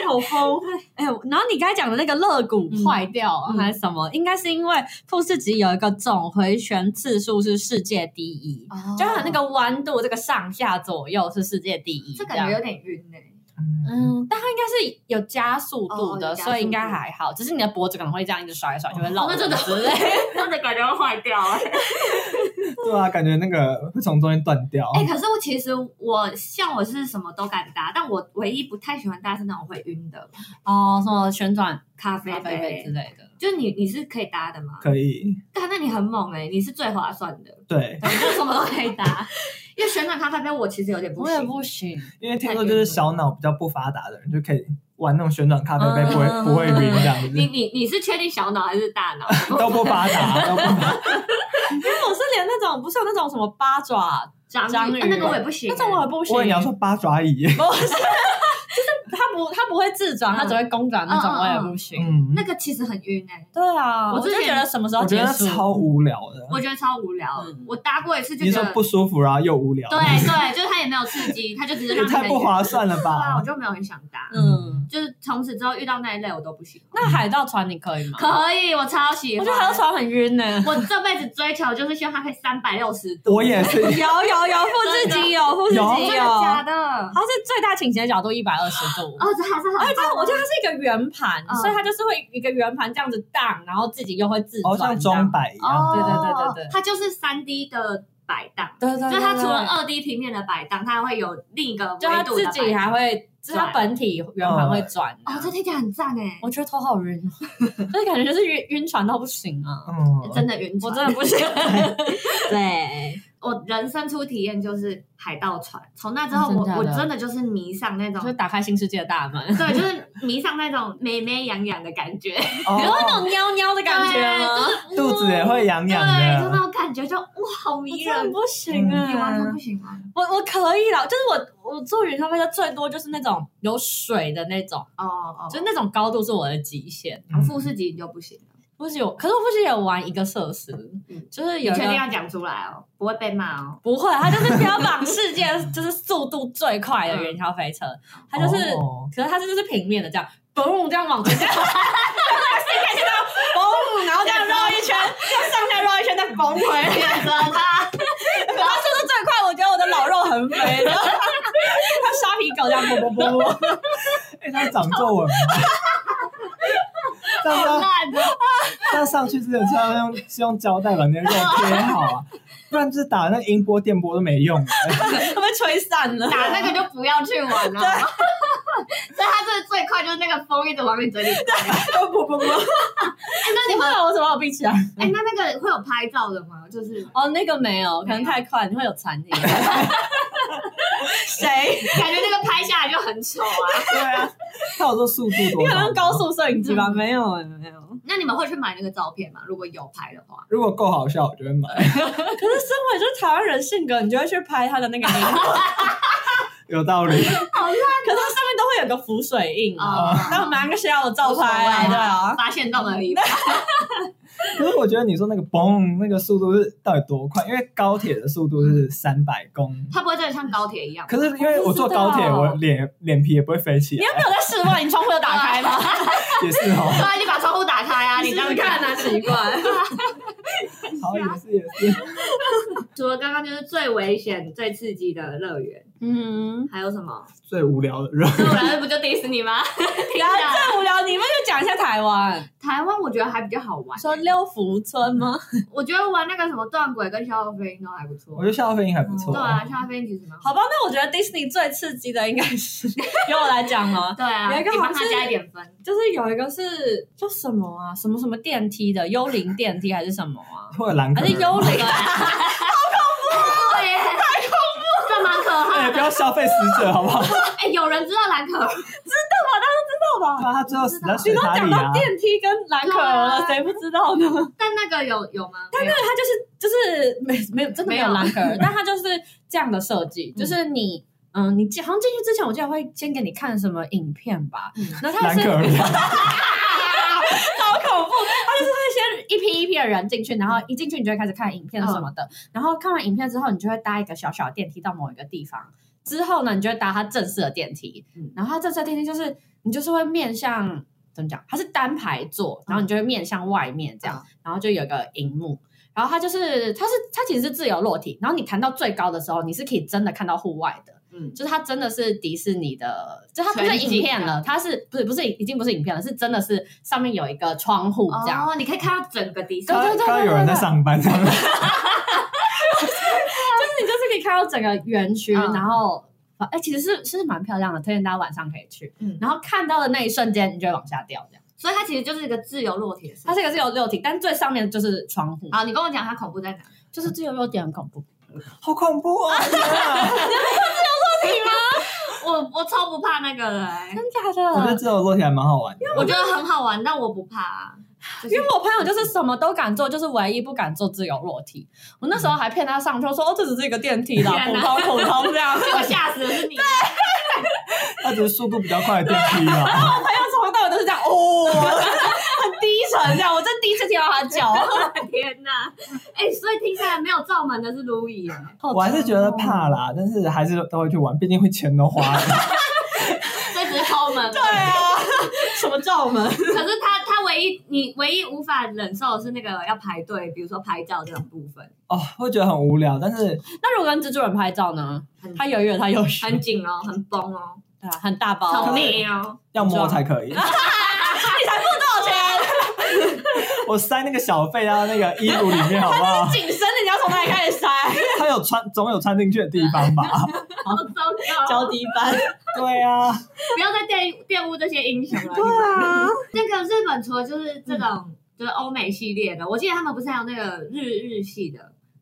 Speaker 4: 好疯！哎，然后你刚才讲的那个肋骨
Speaker 3: 嗯
Speaker 4: 坏掉啊
Speaker 3: 嗯
Speaker 4: 还是什么，应该是因为富士吉有一个总回旋次数是世界第一，
Speaker 3: 哦，
Speaker 4: 就它的那个弯度，这个上下左右是世界第一，
Speaker 3: 这
Speaker 4: 样
Speaker 3: 感觉有点晕欸呢。
Speaker 2: 嗯，
Speaker 4: 嗯，但它应该是有加速度的，
Speaker 3: 哦有加速度
Speaker 4: 所以应该还好。只是你的脖子可能会这样一直甩来甩，去，会绕
Speaker 3: 哦那真的
Speaker 4: 之类。
Speaker 3: 真的感觉会坏掉哎、
Speaker 2: 对啊，感觉那个会从中间断掉。
Speaker 3: 哎、可是我其实我像我是什么都敢搭，但我唯一不太喜欢搭是那种会晕的
Speaker 4: 哦，什么旋转
Speaker 3: 咖啡
Speaker 4: 咖啡杯之类的。
Speaker 3: 就是你你是可以搭的吗？
Speaker 2: 可以，
Speaker 3: 但那你很猛哎、你是最划算的，
Speaker 2: 对，
Speaker 3: 你就什么都可以搭。因为旋转咖啡杯我其实有点不
Speaker 4: 我也
Speaker 3: 行，
Speaker 4: 不行，
Speaker 2: 因为听说就是小脑比较不发达的人就可以玩那种旋转咖啡杯，不会
Speaker 4: 嗯
Speaker 2: 不会晕这样子，
Speaker 3: 你你你是确定小脑还是大脑？
Speaker 2: 都不发达，都不发达。
Speaker 4: 因为我是连那种不是有那种什么八爪，
Speaker 3: 章鱼
Speaker 4: 章鱼
Speaker 3: 啊那个我也不行、
Speaker 4: 那种我也不行。
Speaker 2: 我以为你要说八爪椅，
Speaker 4: 不是，就是它不它不会自转，它只会公转那种，
Speaker 3: 嗯嗯
Speaker 4: 我也不行。
Speaker 2: 嗯，
Speaker 3: 那个其实很晕哎、
Speaker 4: 对啊，
Speaker 3: 我
Speaker 4: 我就
Speaker 3: 之前
Speaker 4: 觉得什么时候
Speaker 2: 我觉
Speaker 4: 结
Speaker 2: 得
Speaker 4: 束？
Speaker 2: 超无聊的。
Speaker 3: 我觉得超无聊。
Speaker 4: 嗯
Speaker 3: 我搭过一次就
Speaker 2: 你
Speaker 3: 觉
Speaker 2: 是说
Speaker 3: 得
Speaker 2: 不舒服，然后又无聊，
Speaker 3: 对对，就是它也没有刺激，它就只是
Speaker 2: 也
Speaker 3: 让 你
Speaker 2: 太不
Speaker 3: 很
Speaker 2: 划算了
Speaker 3: 对啊，
Speaker 2: 吧
Speaker 3: 我？就没有很想搭。
Speaker 4: 嗯，
Speaker 3: 就是从此之后遇到那一类我都不喜欢。
Speaker 4: 那海盗船你可以吗？
Speaker 3: 可以，啊我超喜
Speaker 4: 我
Speaker 3: 欢。
Speaker 4: 觉得海盗船很晕呢。
Speaker 3: 我这辈子追求就是希望它可以三百六十度。
Speaker 2: 我也是，
Speaker 4: 有有有，富士吉有，富士
Speaker 2: 有
Speaker 4: 吉
Speaker 3: 真的
Speaker 4: 有，
Speaker 3: 假的？
Speaker 4: 它是最大倾斜角度一百二十度。
Speaker 3: 哦，这还是很棒。
Speaker 4: 而且它，我觉得它是哎一个圆盘，
Speaker 3: 嗯
Speaker 4: 所以它就是会一个圆盘这样子荡，然后自己又会自
Speaker 2: 好
Speaker 4: 转这样。
Speaker 2: 哦像钟摆一样。
Speaker 3: 哦，
Speaker 4: 对对对对对
Speaker 3: 它就是三 D 的摆荡，
Speaker 4: 对对对，
Speaker 3: 就
Speaker 4: 对
Speaker 3: 它除了，二 D 平面的摆荡，它还会有另一个
Speaker 4: 对就它
Speaker 3: 维度的
Speaker 4: 自己
Speaker 3: 摆
Speaker 4: 还会，就是它
Speaker 3: 转
Speaker 4: 本体圆盘会转的。
Speaker 3: 荡。哦，这听起来很赞哎，
Speaker 4: 我觉得头好晕哦， 就是感觉就是晕晕船到不行啊！
Speaker 2: 嗯，
Speaker 3: 真的晕船。
Speaker 4: 我真的不 行。对，
Speaker 3: 我人生初体验就是海盗船，从那之后我
Speaker 4: 哦真的假
Speaker 3: 我
Speaker 4: 的
Speaker 3: 真的就是迷上那种
Speaker 4: 就是，打开新世界的大门，
Speaker 3: 对，就是迷上那种美美痒痒的感觉，
Speaker 4: 有
Speaker 2: 哦
Speaker 4: 那种喵喵的感觉吗？
Speaker 3: 对
Speaker 2: 肚子也会痒痒
Speaker 3: 对，就那
Speaker 2: 的。哦
Speaker 3: 种感觉就哇，好
Speaker 4: 我
Speaker 3: 迷
Speaker 4: 真的
Speaker 3: 人。
Speaker 4: 不行
Speaker 2: 嗯
Speaker 4: 啊！
Speaker 3: 你完全不行吗？
Speaker 4: 我我可以了，就是我我坐云霄飞车最多就是那种有水的那种，
Speaker 3: 哦哦，
Speaker 4: 就是那种高度是我的极限。
Speaker 3: 哦富士级你就不行了，
Speaker 4: 不是有，可是我不是有玩一个设施，
Speaker 3: 嗯
Speaker 4: 就是
Speaker 3: 你
Speaker 4: 有一
Speaker 3: 确定
Speaker 4: 个
Speaker 3: 要讲出来哦，不会被骂 哦。
Speaker 4: 不会，它就是标榜世界就是速度最快的云霄飞车，它就是，
Speaker 2: 哦
Speaker 4: 可是它是就是平面的这样，嘣这样往前这样，那个 C 开始这样嘣，哦然后这样绕一圈，再上下绕一圈，再嘣回来。
Speaker 3: 他
Speaker 4: 可它速度最快，我觉得我的老肉很肥 的，它沙皮狗这样啵啵啵 啵。
Speaker 2: 哎，他长皱纹吗？ 这样
Speaker 3: 好
Speaker 2: 要
Speaker 3: 烂的，
Speaker 2: 这样上去之前，是要用是用胶带把那个肉贴好 啊，不然就是打那个音波、电波都没用啊。
Speaker 4: 都被吹散了。
Speaker 3: 打那个就不要去玩了。所 以他这最快就是那个风一直往你嘴里吹。
Speaker 4: 不不不，那你们我怎么有闭起来？
Speaker 3: 哎，那那个会有拍照的吗？就是
Speaker 4: 哦，那个没有，可能太快，你会有残影。谁？
Speaker 3: 感觉那个拍下来就很丑啊。
Speaker 2: 对啊，他有说速度
Speaker 4: 你
Speaker 2: 多
Speaker 4: 可能
Speaker 2: 少
Speaker 4: 用
Speaker 2: 吗？
Speaker 4: 高速摄影机吧？没有，没有。
Speaker 3: 那你们会去买那个照片吗？如果有拍的话，
Speaker 2: 如果够好笑，我就会买。
Speaker 4: 可是身为就是台湾人性格，你就会去拍他的那个影，可是
Speaker 2: 有道理。
Speaker 4: 它上面都会有个浮水印啊。
Speaker 3: 啊
Speaker 4: 那我们拿个需要的照拍啊，对啊。
Speaker 3: 发现动而已。
Speaker 2: 可是我觉得你说那个嘣，那个速度是到底多快？因为高铁的速度是三百公，
Speaker 3: 它不会真的像高铁一样。
Speaker 2: 可是因为我坐高铁，
Speaker 4: 我不知道
Speaker 2: 我脸脸皮也不会飞起
Speaker 4: 你
Speaker 2: 来，
Speaker 4: 有没有在室外？你窗户有打开吗？
Speaker 2: 也是哦。
Speaker 3: 对啊，你把窗
Speaker 4: 啊
Speaker 3: 户打开啊，你这样
Speaker 4: 试试看啊，奇怪。
Speaker 2: 好，也是也是。
Speaker 3: 除了刚刚就是最危险、最刺激的乐园，
Speaker 4: 嗯，
Speaker 3: 还有什么？
Speaker 2: 最无聊的热。
Speaker 3: 对我来说不就迪士尼吗？
Speaker 4: 然后最无聊，你们就讲一下台湾，
Speaker 3: 台湾我觉得还比较好玩，
Speaker 4: 说六福村吗？
Speaker 3: 我觉得玩那个什么断轨跟消防飞鹰都还不
Speaker 2: 我
Speaker 3: 错
Speaker 2: 觉。得消费应还不错。
Speaker 3: 对
Speaker 4: 哦
Speaker 3: 啊，消防飞鹰其实蛮好。
Speaker 4: 好吧，那我觉得迪士尼最刺激的应该 是由我来讲了。
Speaker 3: 对啊，
Speaker 4: 有一个
Speaker 3: 你
Speaker 4: 好像
Speaker 3: 帮他
Speaker 4: 是
Speaker 3: 加一点分。
Speaker 4: 就是有一个是叫什么啊，什么什么电梯的幽灵电梯还是什么啊，
Speaker 2: 或者蓝可
Speaker 4: 还是
Speaker 2: 儿
Speaker 4: 幽灵啊
Speaker 3: 对，好恐怖！耶， 太恐怖，这蛮可
Speaker 2: 哎、
Speaker 3: 怕
Speaker 2: 不
Speaker 3: 的。
Speaker 2: 要消费死者好不好？
Speaker 3: 哎，有人知道蓝可儿
Speaker 4: 吧？
Speaker 2: 啊他最后死在
Speaker 4: 你
Speaker 2: 水
Speaker 4: 都
Speaker 2: 塔
Speaker 4: 讲
Speaker 2: 里
Speaker 4: 到
Speaker 2: 啊！
Speaker 4: 电梯跟蓝可儿了，
Speaker 3: 对啊
Speaker 4: 谁不知道呢？
Speaker 3: 但那个有有吗？
Speaker 4: 但那个它就是就是没没有真的没有
Speaker 3: 没有
Speaker 4: 蓝可儿， 但它就是这样的设计，就是你嗯，你进好像进去之前，我记得会先给你看什么影片吧，
Speaker 3: 嗯
Speaker 4: 然后它
Speaker 2: 蓝
Speaker 4: 也是
Speaker 2: 可儿，
Speaker 4: 好恐怖！他就是会先一批一批的人进去，然后一进去你就会开始看影片什么的，然后看完影片之后，你就会搭一个小小的电梯到某一个地方，之后呢，你就会搭它正式的电梯，
Speaker 3: 嗯
Speaker 4: 然后它正式的电梯就是你就是会面向怎么讲，它是单排座，然后你就会面向外面这样，然后就有个荧幕。然后它就是，它是它其实是自由落体，然后你弹到最高的时候，你是可以真的看到户外的，
Speaker 3: 嗯，
Speaker 4: 就是它真的是迪士尼的，就它不是
Speaker 3: 全景
Speaker 4: 影片了，它是不是不是已经不是影片了，是真的是上面有一个窗户这样。
Speaker 3: 哦，你可以看到整个迪士
Speaker 4: 对。
Speaker 3: 尼
Speaker 4: 对对对对
Speaker 2: 刚刚有人在上班，
Speaker 4: 就是你就是可以看到整个园区，
Speaker 3: 嗯
Speaker 4: 然后哎、其实是是蛮漂亮的，推荐大家晚上可以去。
Speaker 3: 嗯
Speaker 4: 然后看到的那一瞬间，你就会往下掉，这样。
Speaker 3: 所以它其实就是一个自由落体的设计
Speaker 4: 它这个是有六体，但最上面就是窗户，
Speaker 3: 好，你跟我讲它恐怖在哪？
Speaker 4: 就是自由落体很恐怖。
Speaker 2: 好恐怖啊！天啊
Speaker 3: 我我超不怕那个的、欸，
Speaker 4: 真
Speaker 2: 我觉
Speaker 4: 假
Speaker 2: 得
Speaker 4: 的？
Speaker 2: 这种落体还蛮好玩的。
Speaker 3: 我觉得很好玩，但我不怕、啊。就是
Speaker 4: 因为我朋友就是什么都敢做，就是唯一不敢做自由落体。我那时候还骗他上车说：“哦，这只是一个电梯啦，普
Speaker 3: 天哪
Speaker 4: 通普通这 样。”
Speaker 3: 结果吓死的是你，
Speaker 2: 那只是速度比较快的电梯 啦。
Speaker 4: 朋友从头到尾都是这样，哦，很低沉这样，我真第一次听到他叫。
Speaker 3: 天哪！哎、所以听起来没有罩门的是路易、欸，
Speaker 2: 我还是觉得怕啦，但是还是都会去玩，毕竟会钱都花了。
Speaker 3: 所以只是抠门。对
Speaker 4: 对啊，什么罩门？
Speaker 3: 可是他他唯一你唯一无法忍受的是那个要排队，比如说拍照这种部分，
Speaker 2: 哦，会觉得很无聊，但是
Speaker 4: 那如果跟蜘蛛人拍照呢？
Speaker 3: 很
Speaker 4: 他有远，他有虚，
Speaker 3: 很紧哦，很崩哦，
Speaker 4: 对啊，很大包哦，
Speaker 3: 超
Speaker 4: 你
Speaker 3: 密哦。
Speaker 2: 要摸才 可以。
Speaker 4: 才付多少钱？
Speaker 2: 我塞那个小费到那个衣服里面，好 不好？
Speaker 4: 紧身的你要从哪里开始塞？
Speaker 2: 它有穿，总有穿进去的地方吧？
Speaker 3: 好糟糕！
Speaker 4: 脚底板。
Speaker 2: 对啊，
Speaker 3: 不要再玷玷污这些英雄了。你们
Speaker 4: 啊，
Speaker 3: 那个日本除了就是这种、就是欧美系列的，我记得他们不是还有那个日日系的，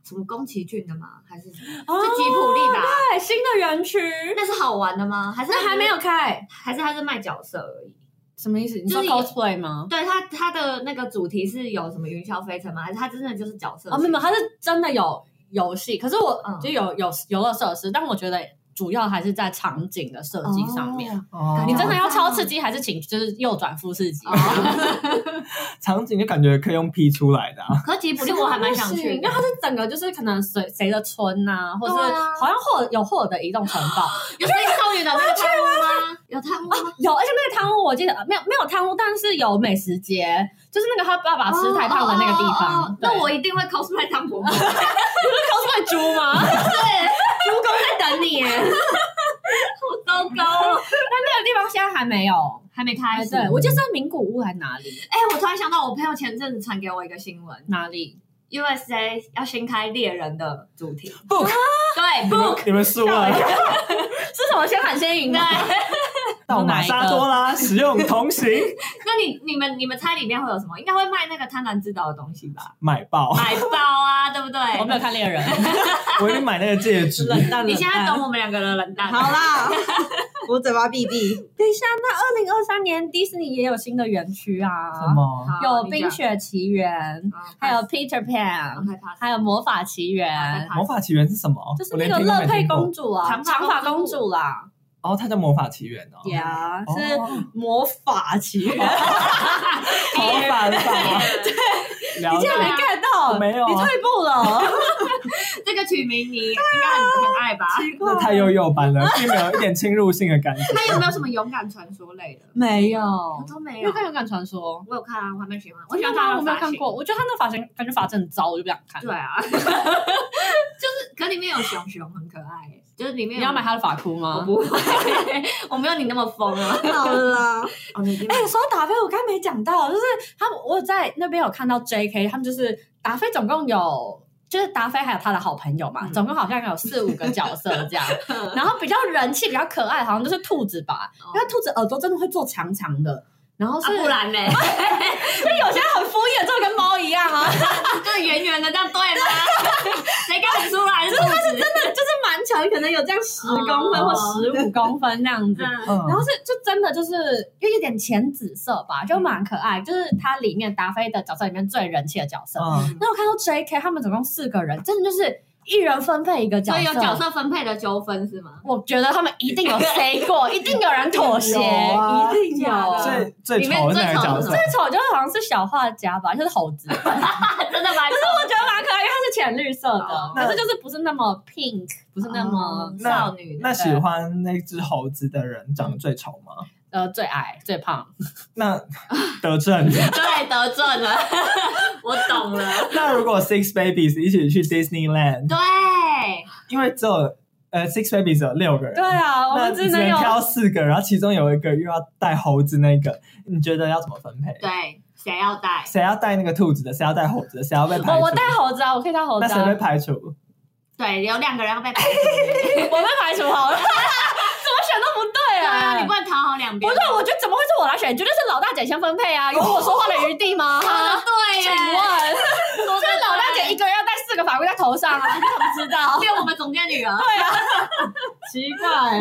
Speaker 3: 什么宫崎骏的吗？还是什么
Speaker 4: 哦
Speaker 3: 是吉普力吧？
Speaker 4: 对，新的园区，
Speaker 3: 那是好玩的吗？还是它
Speaker 4: 那还没有，开，
Speaker 3: 还是它是卖角色而已？
Speaker 4: 什么意思？你说
Speaker 3: 就是
Speaker 4: cosplay 吗？
Speaker 3: 对它它的那个主题是有什么云霄飞车吗？还是它真的就是角色？
Speaker 4: 哦，没有，没有，它是真的有游戏，可是我
Speaker 3: 嗯
Speaker 4: 就有有游乐设施，但我觉得主要还是在场景的设计上面。
Speaker 3: 哦
Speaker 2: 哦
Speaker 4: 你真的要超刺激，还是请就是右转副刺激？
Speaker 3: 哦
Speaker 2: 场景就感觉可以用 P 出来的、啊，
Speaker 3: 可是吉普力我还蛮想
Speaker 4: 不行
Speaker 3: 去
Speaker 4: 因为
Speaker 3: 的。
Speaker 4: 它是整个就是可能谁谁的村呐、或者
Speaker 3: 对
Speaker 4: 是
Speaker 3: 啊
Speaker 4: 好像获有获得移动城 堡，
Speaker 3: 有那个少女的那个贪污吗？有贪污吗？
Speaker 4: 有，而且那个贪污我记得呃没有没有贪污，但是有美食节，就是那个他爸爸吃太胖的那个地
Speaker 3: 哦哦哦
Speaker 4: 方
Speaker 3: 哦。那
Speaker 4: 对
Speaker 3: 我一定会 cosplay 当婆婆。
Speaker 4: cosplay 猪吗？
Speaker 3: 对，猪公在等你 耶，好糟糕，
Speaker 4: 那个地方现在还没有。
Speaker 3: 还没开
Speaker 4: 哎，
Speaker 3: 始。
Speaker 4: 对，我记得是在名古屋还是哪里？
Speaker 3: 哎、我突然想到，我朋友前阵子传给我一个新闻
Speaker 4: 哪里？
Speaker 3: ，USA 要新开猎人的主题
Speaker 2: Book
Speaker 3: 对
Speaker 2: 你们
Speaker 3: book，
Speaker 2: 你们输了。
Speaker 4: 是什么先喊先赢
Speaker 3: 对
Speaker 4: 吗？，
Speaker 2: 到马沙多 拉使用同行
Speaker 3: 那你你们你们猜里面会有什么？应该会卖那个贪婪之岛的东西吧，
Speaker 2: 买爆，
Speaker 3: 海报啊，对不对？
Speaker 4: 我没有看猎 人，
Speaker 2: 我一定买那个 戒指。
Speaker 4: 冷淡。
Speaker 3: 你现在
Speaker 4: 冷淡
Speaker 3: 懂我们两个的冷淡了。
Speaker 4: 啦，我嘴巴闭闭。等一下，那二零二三年迪士尼也有新的园区啊，
Speaker 2: 什么？
Speaker 3: 好
Speaker 4: 有《
Speaker 3: 你
Speaker 4: 冰
Speaker 3: 讲啊
Speaker 4: 雪奇缘》，
Speaker 3: 好
Speaker 4: 还有《Peter Pan》，
Speaker 3: OK pass，
Speaker 4: 还有《魔法奇缘》，
Speaker 3: 啊
Speaker 2: 魔法起源是什么？
Speaker 4: 就是
Speaker 2: 我
Speaker 4: 那
Speaker 2: 连
Speaker 4: 个
Speaker 2: 听都
Speaker 4: 乐
Speaker 2: 没
Speaker 4: 佩
Speaker 2: 听过
Speaker 4: 公主啊，
Speaker 3: 长
Speaker 4: 长
Speaker 3: 发
Speaker 4: 发
Speaker 3: 公
Speaker 4: 公
Speaker 3: 主
Speaker 4: 主啦。
Speaker 2: 哦，它叫魔法奇缘哦，
Speaker 4: 呀、
Speaker 2: 哦
Speaker 4: 是魔法奇 缘，
Speaker 2: 好反法，
Speaker 4: 你
Speaker 2: 了
Speaker 4: 竟
Speaker 2: 解
Speaker 4: 然没 get 到？
Speaker 2: 没有啊
Speaker 4: 你退步 了，
Speaker 3: 这个取名你应该很很爱吧？
Speaker 2: 那太幼幼班了，并没有一点侵入性的感觉。
Speaker 3: 他有没有什么勇敢传说类的？
Speaker 4: 没有，
Speaker 3: 我都没
Speaker 4: 因为
Speaker 3: 有
Speaker 4: 看《勇敢传说》。
Speaker 3: 我有看啊，我还蛮喜欢，我
Speaker 4: 我
Speaker 3: 喜
Speaker 4: 喜欢
Speaker 3: 欢他
Speaker 4: 他，
Speaker 3: 的
Speaker 4: 我没有
Speaker 3: 发
Speaker 4: 看
Speaker 3: 型。
Speaker 4: 过，我觉得他那个发型感觉发质很糟，我就不想看。
Speaker 3: 对啊，就是可里面有熊熊，很可爱耶。就是里面
Speaker 4: 你
Speaker 3: 有
Speaker 4: 要买他的发箍
Speaker 3: 我
Speaker 4: 吗？
Speaker 3: 不会， 我没有你那么疯啊。
Speaker 4: 好了。
Speaker 3: 哦，你已经
Speaker 4: 哎、说到达菲，我刚才没讲到，就是他们，我有在那边有看到 J.K. 他们就是达菲，总共有就是达菲还有他的好朋友嘛，
Speaker 3: 嗯
Speaker 4: 总共好像有四五个角色这 样。然后比较人气比较可爱，好像就是兔子吧，
Speaker 3: 哦
Speaker 4: 因为兔子耳朵真的会做长长的。然后
Speaker 3: 啊
Speaker 4: 是，
Speaker 3: 不然呢？
Speaker 4: 就有些很敷衍，做的跟猫一样 啊，
Speaker 3: 就是圆圆的这样对吗？谁看得出来是兔子？
Speaker 4: 就是蛮长，可能有这样十公分或十五公分那样子。
Speaker 3: 哦嗯
Speaker 2: 嗯
Speaker 4: 然后是就真的就是又有点浅紫色吧，就蛮可爱，就是它里面达菲的角色里面最人气的角色。
Speaker 2: 嗯，
Speaker 4: 那我看到 J.K. 他们总共四个人，真的就是一人分配一个角
Speaker 3: 所
Speaker 4: 色。
Speaker 3: 以有角，色分配的纠纷是 吗？
Speaker 4: 我觉得他们一定有 say 过，一定有人妥协，
Speaker 2: 有啊
Speaker 4: 一定有。
Speaker 2: 最最
Speaker 3: 里面
Speaker 2: 丑的
Speaker 3: 最
Speaker 2: 那个
Speaker 3: 丑
Speaker 2: 角
Speaker 3: 的
Speaker 2: 色
Speaker 4: 最，丑就是好像是小画家吧，就是猴子，我觉
Speaker 3: 真 的蛮丑
Speaker 4: 得蛮可爱，因为它是浅绿色的
Speaker 3: 哦，
Speaker 4: 可是就是不是那么 pink，不是那么
Speaker 3: 哦
Speaker 2: 那
Speaker 3: 少女的。
Speaker 2: 那喜欢那只猴子的人长得最丑吗？
Speaker 4: 呃最矮最胖。
Speaker 2: 那德正，
Speaker 3: 对，得正了， 我懂了。
Speaker 2: 那如果 Six Babies 一起去 Disneyland，
Speaker 3: 对，
Speaker 2: 因为只有呃 Six Babies 有六个人，
Speaker 4: 对啊，我
Speaker 2: 那
Speaker 4: 们只
Speaker 2: 只
Speaker 4: 能有
Speaker 2: 挑四个，然后其中有一个又要带猴子那个，你觉得要怎么分配？
Speaker 3: 对，谁要带？
Speaker 2: 谁要带那个兔子的？谁要带猴子的？谁要被排除？
Speaker 4: 我我带猴子啊，我可以带猴子
Speaker 2: 那谁 被
Speaker 4: 啊，
Speaker 2: 排除？
Speaker 3: 对，有两个人要被 排除。
Speaker 4: 我被排除好 了，怎么选都不对
Speaker 3: 对啊，
Speaker 4: 啊
Speaker 3: 你不！能讨好两边。
Speaker 4: 不对，我觉得怎么会是我来选？绝对是老大姐先分配啊，有我说话的余地吗？
Speaker 3: 啊，对
Speaker 4: 请
Speaker 3: 耶，
Speaker 4: 问，
Speaker 3: 说
Speaker 4: 这老大姐一个人要戴四个法规在头上啊？你怎么知道？
Speaker 3: 对我们总监女儿
Speaker 4: 奇怪，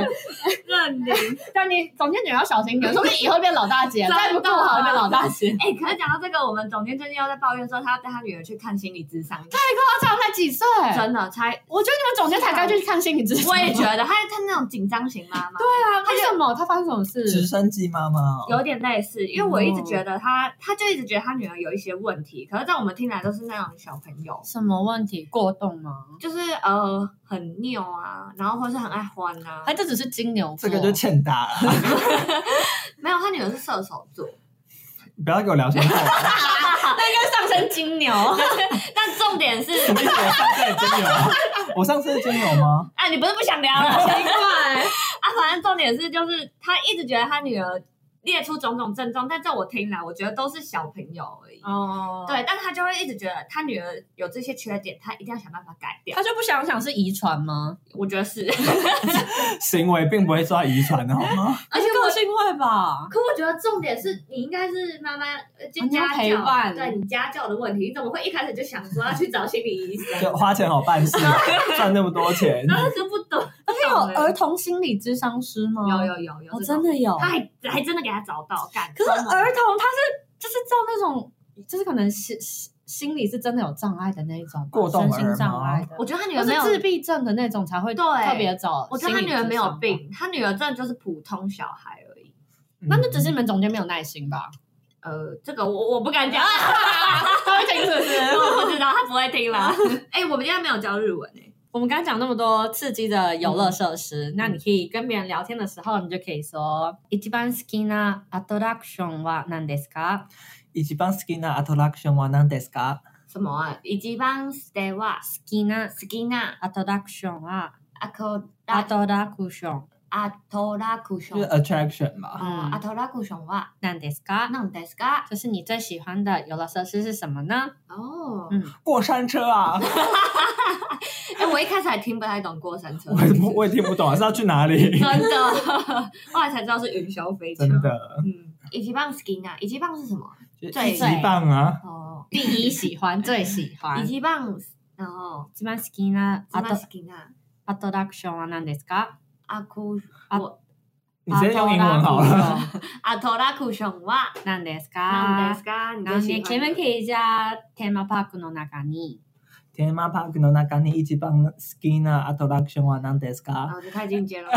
Speaker 3: 认领。
Speaker 4: 但你总监女要小心点，说不定以后变老大姐，
Speaker 3: 真的
Speaker 4: 再不够好就变老大姐。
Speaker 3: 哎，可是讲到这个，我们总监最近又在抱怨说，他要带他女儿去看心理咨商。
Speaker 4: 他才才几岁？
Speaker 3: 真的，才
Speaker 4: 我觉得你们总监才该去看心理咨询。
Speaker 3: 我也觉得，他他那种紧张型妈 妈，
Speaker 4: 对啊，为什么？他发生什么事？
Speaker 2: 直升机妈妈哦，
Speaker 3: 有点类似，因为我一直觉得他，他就一直觉得他女儿有一些问题，可是在我们听来都是那种小朋友，
Speaker 4: 什么问题？过动吗？
Speaker 3: 就是呃很拗啊，然后或是很爱欢啊
Speaker 4: 还，这只是金牛
Speaker 2: 这
Speaker 4: 座，
Speaker 2: 个就欠打了。
Speaker 3: 没有，他女儿是射手座，
Speaker 2: 不要给我聊天后，
Speaker 4: 那应该上升金牛。
Speaker 3: 但重点是，
Speaker 2: 什么意思？我上次也真有，我上次是真有吗？
Speaker 3: 啊，你不是不想 聊了？奇怪啊，反正重点是，就是他一直觉得他女儿列出种种症状，但在我听来，我觉得都是小朋友而已。
Speaker 4: 哦，
Speaker 3: 对，但他就会一直觉得他女儿有这些缺点，他一定要想办法改掉。
Speaker 4: 他就不想想是遗传吗？
Speaker 3: 我觉得是，
Speaker 2: 行为并不会受到遗传的好吗？
Speaker 3: 而且我
Speaker 4: 个性会吧。
Speaker 3: 可我觉得重点是你应该是妈妈呃就
Speaker 4: 哦你要
Speaker 3: 家
Speaker 4: 陪
Speaker 3: 教，啊
Speaker 4: 伴
Speaker 3: 对你家教的问题，你怎么会一开始就想说要去找心理医 生？
Speaker 2: 就花钱好办事，啊赚那么多钱，
Speaker 3: 真的是不懂，
Speaker 4: 而且有
Speaker 3: 不懂欸
Speaker 4: 儿童心理咨商师吗？
Speaker 3: 有有有有，
Speaker 4: 哦，
Speaker 3: 这
Speaker 4: 真
Speaker 3: 种
Speaker 4: 的有。
Speaker 3: 他还还真的给他找到，干。
Speaker 4: 可是
Speaker 3: 超猛
Speaker 4: 儿童他是就是照那种，就是可能心心心理是真的有障碍的那一种吧，
Speaker 2: 过动
Speaker 4: 身
Speaker 2: 儿
Speaker 4: 心
Speaker 2: 吗
Speaker 4: 障碍的，
Speaker 3: 我觉得他女
Speaker 4: 或
Speaker 3: 儿没
Speaker 4: 是
Speaker 3: 有
Speaker 4: 自闭症的那种才会
Speaker 3: 对
Speaker 4: 特别找。
Speaker 3: 我觉得他女儿没有，病，他女儿真的就是普通小孩而已。
Speaker 4: 那就只
Speaker 2: 嗯
Speaker 4: 是你们总监没有耐心 吧？
Speaker 3: 呃，这个我我不敢 讲，
Speaker 4: 他会听是不是？
Speaker 3: 我不知道，他不会听 啦。哎、我们今天没有教日文哎、
Speaker 4: 我们刚刚讲那么多刺激的游乐设施，
Speaker 2: 嗯
Speaker 4: 那你可以跟别人聊天的时候，你就可以说一番好きなアトラクションは何ですか？
Speaker 2: 一番好きなアトラクションは何ですか？
Speaker 3: 什么啊？以及帮 stay wa
Speaker 4: 好きな
Speaker 3: skina
Speaker 4: アトラクションは
Speaker 3: ako
Speaker 4: ア
Speaker 3: a
Speaker 4: トラクション
Speaker 3: atola
Speaker 2: 就是
Speaker 4: 哦
Speaker 3: kushon
Speaker 2: attraction 吧。
Speaker 3: 啊 atola kushon wa
Speaker 4: 何ですか？
Speaker 3: non desu ka
Speaker 4: 就是你最喜欢的游乐设施是什么呢？
Speaker 3: 哦
Speaker 4: 嗯。
Speaker 2: 过山车啊，
Speaker 3: 哎、我一开始还听不太懂过山车，
Speaker 2: 我也不我也听不懂，是要去哪里？
Speaker 3: 真的， 后来才知道是云霄飞车。
Speaker 2: 真，的，
Speaker 3: 嗯，以及帮 skina 以及帮是什么？
Speaker 2: 就
Speaker 3: 最
Speaker 2: 一级棒啊！
Speaker 3: 哦，
Speaker 4: 第一喜欢，最喜
Speaker 3: 以
Speaker 4: 欢。
Speaker 3: 及帮，然后
Speaker 4: 一番好きな
Speaker 3: 什
Speaker 4: ア
Speaker 3: 么
Speaker 4: ト
Speaker 3: skina
Speaker 4: アトラクションは何ですか？
Speaker 3: 阿库
Speaker 2: 你直接用英文好了。
Speaker 4: アトラク ション
Speaker 3: 阿托啊拉库熊哇，
Speaker 4: 何です
Speaker 3: なんで
Speaker 4: か
Speaker 3: す？か？
Speaker 4: 啊
Speaker 3: 你
Speaker 4: 然后你
Speaker 3: 最喜
Speaker 4: 前面
Speaker 3: 欢
Speaker 4: 可
Speaker 3: 的？
Speaker 4: 以加テーマパークの中に
Speaker 2: 天马パークの中に一番好きなアトラクションは何ですか？
Speaker 4: 哦
Speaker 3: 老子太进阶 了。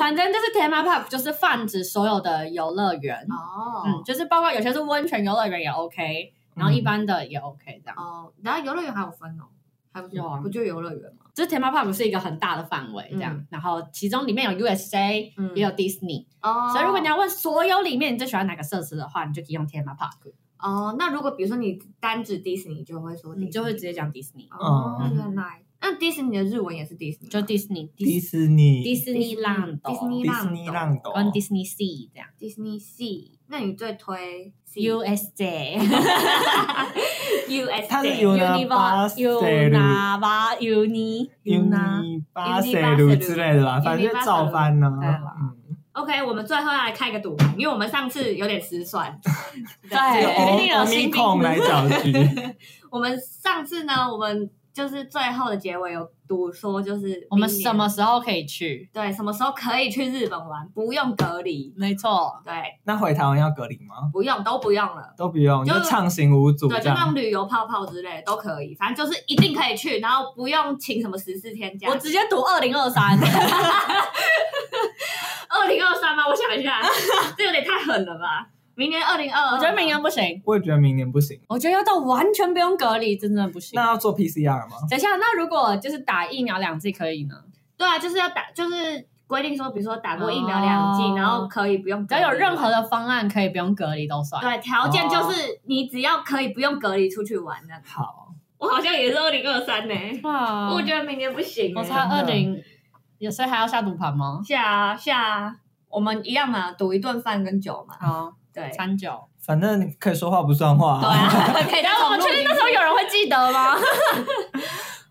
Speaker 4: 反正就是 Tema Park 就是泛指所有的游乐园，嗯
Speaker 3: 哦，
Speaker 4: 就是包括有些是温泉游乐园也 OK，然后一般的也 OK 这样。
Speaker 3: 哦，然后游乐园还有分哦，还不是
Speaker 4: 有啊
Speaker 3: 不就游乐园吗？
Speaker 4: 就是 Tema Park 是一个很大的范围这样，然后其中里面有 USA
Speaker 3: 嗯
Speaker 4: 也有 Disney，
Speaker 3: 哦，
Speaker 4: 所以如果你要问所有里面你最喜欢哪个设施的话，你就可以用 Tema Park，
Speaker 3: 哦，那如果比如说你单指迪士尼，就会说
Speaker 4: 嗯你就会直
Speaker 3: Disney
Speaker 4: 接讲 Disney，
Speaker 3: 哦，
Speaker 2: 嗯
Speaker 3: 原来那迪士尼的日文也是迪士尼，
Speaker 4: 就 Disney
Speaker 2: 迪士尼，
Speaker 4: 迪士尼 land
Speaker 2: 迪
Speaker 3: Disney-
Speaker 2: 士尼浪斗，
Speaker 4: 跟 Disney Sea 这样
Speaker 3: Disney Sea。那你最推
Speaker 4: USJ。
Speaker 3: U S
Speaker 2: 它是
Speaker 3: J
Speaker 2: Unabaselu
Speaker 4: Unava Uni Una，
Speaker 2: Uni 巴塞鲁之类的吧，
Speaker 3: Universal
Speaker 2: 反正就照翻呢、
Speaker 4: 啊对啦
Speaker 2: 嗯
Speaker 3: OK，我们最后要来开个赌盘，因为我们上次有点失算。
Speaker 4: 对
Speaker 2: 这个欧
Speaker 4: 一定有
Speaker 2: 欧
Speaker 4: 新
Speaker 2: 米
Speaker 4: 兵
Speaker 2: 控哦来搅局，
Speaker 3: 我们上次呢，我们就是最后的结尾有赌说，就是
Speaker 4: 我们
Speaker 3: 明年
Speaker 4: 什么时候可以去？
Speaker 3: 对什么时候可以去日本玩，不用隔离，
Speaker 4: 没错，
Speaker 3: 对，
Speaker 2: 那回台湾要隔离吗？
Speaker 3: 不用都不用了。
Speaker 2: 都不用，
Speaker 3: 就
Speaker 2: 就畅行无阻
Speaker 3: 对，
Speaker 2: 这
Speaker 3: 就那
Speaker 2: 样
Speaker 3: 种。旅游泡泡之类的都可以，反正就是一定可以去，然后不用请什么十四天假。
Speaker 4: 我直接读二零二三。
Speaker 3: 二零二三吗？我想一下， 这有点太狠了吧？明年二零二，
Speaker 4: 我觉得明年不行，
Speaker 2: 我也觉得明年不行，
Speaker 4: 我觉得要到完全不用隔离，真的不行。
Speaker 2: 那要做 PCR 吗？
Speaker 4: 等一下，那如果就是打疫苗两剂可以呢？
Speaker 3: 对啊，就是要打，就是规定说，比如说打过疫苗两剂，
Speaker 4: 哦
Speaker 3: 然后可以不用
Speaker 4: 只
Speaker 3: 隔离，
Speaker 4: 要有任何的方案可以不用隔离都算。
Speaker 3: 对条件就是你只要可以不用隔离出去玩的。
Speaker 2: 好，
Speaker 3: 我好像也是二零二三呢，
Speaker 4: 哇
Speaker 3: 我觉得明年不行欸、
Speaker 4: 我才哦二零，有所以还要下赌盘吗？
Speaker 3: 下啊下啊，我们一样嘛，赌一顿饭跟酒嘛，
Speaker 4: 好，
Speaker 3: 对。
Speaker 4: 三九。
Speaker 2: 反正可以说话不算话、
Speaker 3: 对啊，可以
Speaker 4: 然
Speaker 3: 让
Speaker 4: 哎后我
Speaker 3: 我
Speaker 4: 们
Speaker 3: 们
Speaker 4: 确
Speaker 3: 确
Speaker 4: 定
Speaker 3: 定
Speaker 4: 那时候有人会记得吗？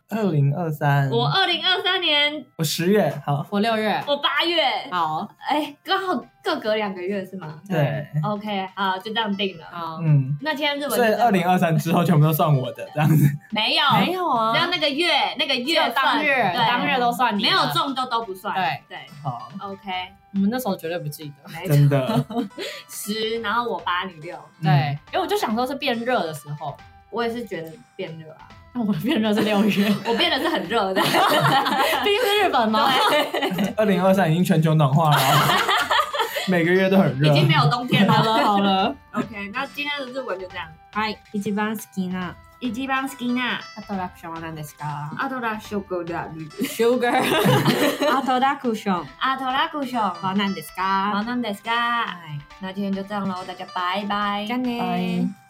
Speaker 2: 二零二三，
Speaker 3: 我二零二三年，
Speaker 2: 我十月好，
Speaker 4: 我六月。
Speaker 3: 我八月，
Speaker 4: 好，
Speaker 3: 哎，刚好各隔两个月是吗
Speaker 2: 对，
Speaker 3: ？OK，好，就这样定了。
Speaker 4: 好，
Speaker 2: 嗯，
Speaker 3: 那天日文是
Speaker 2: 所以
Speaker 3: 这样
Speaker 2: 二零二三之后全部都算我的这样 子。
Speaker 3: 没有，
Speaker 4: 没有啊，
Speaker 3: 只要那个月那个
Speaker 4: 只
Speaker 3: 月
Speaker 4: 有
Speaker 3: 份
Speaker 4: 当日
Speaker 3: 对
Speaker 4: 当日都算你
Speaker 3: 没
Speaker 4: 的
Speaker 3: 有中都都不算。
Speaker 4: 对
Speaker 3: 对
Speaker 2: 好，
Speaker 3: ，OK，
Speaker 4: 我们那时候绝对不记得。
Speaker 3: 没错，
Speaker 2: 真 的，
Speaker 3: 十，然后我八你六，
Speaker 4: 对，因为我就想说是变热的时候，
Speaker 3: 我也是觉得变热啊，
Speaker 4: 那我变热是六 月，
Speaker 3: 我变得是很 热的。
Speaker 4: 毕竟是日本嘛。
Speaker 2: 二零二三已经全球暖化 了哦，每个月都很热
Speaker 3: 已。经没有冬天
Speaker 4: 好
Speaker 3: 了。
Speaker 4: 了好了，
Speaker 3: OK，那今天的日文就这样。
Speaker 4: はい、一番好きな
Speaker 3: 一番好きな
Speaker 4: アトラクションは何ですか？
Speaker 3: アトラショコラル、
Speaker 4: Sugar アトラクション
Speaker 3: アトラクション
Speaker 4: は何です
Speaker 3: 好，
Speaker 4: か？
Speaker 3: 那ですが，
Speaker 4: はい、
Speaker 3: 那今天就这样喽，大家拜拜，
Speaker 4: じゃあねー。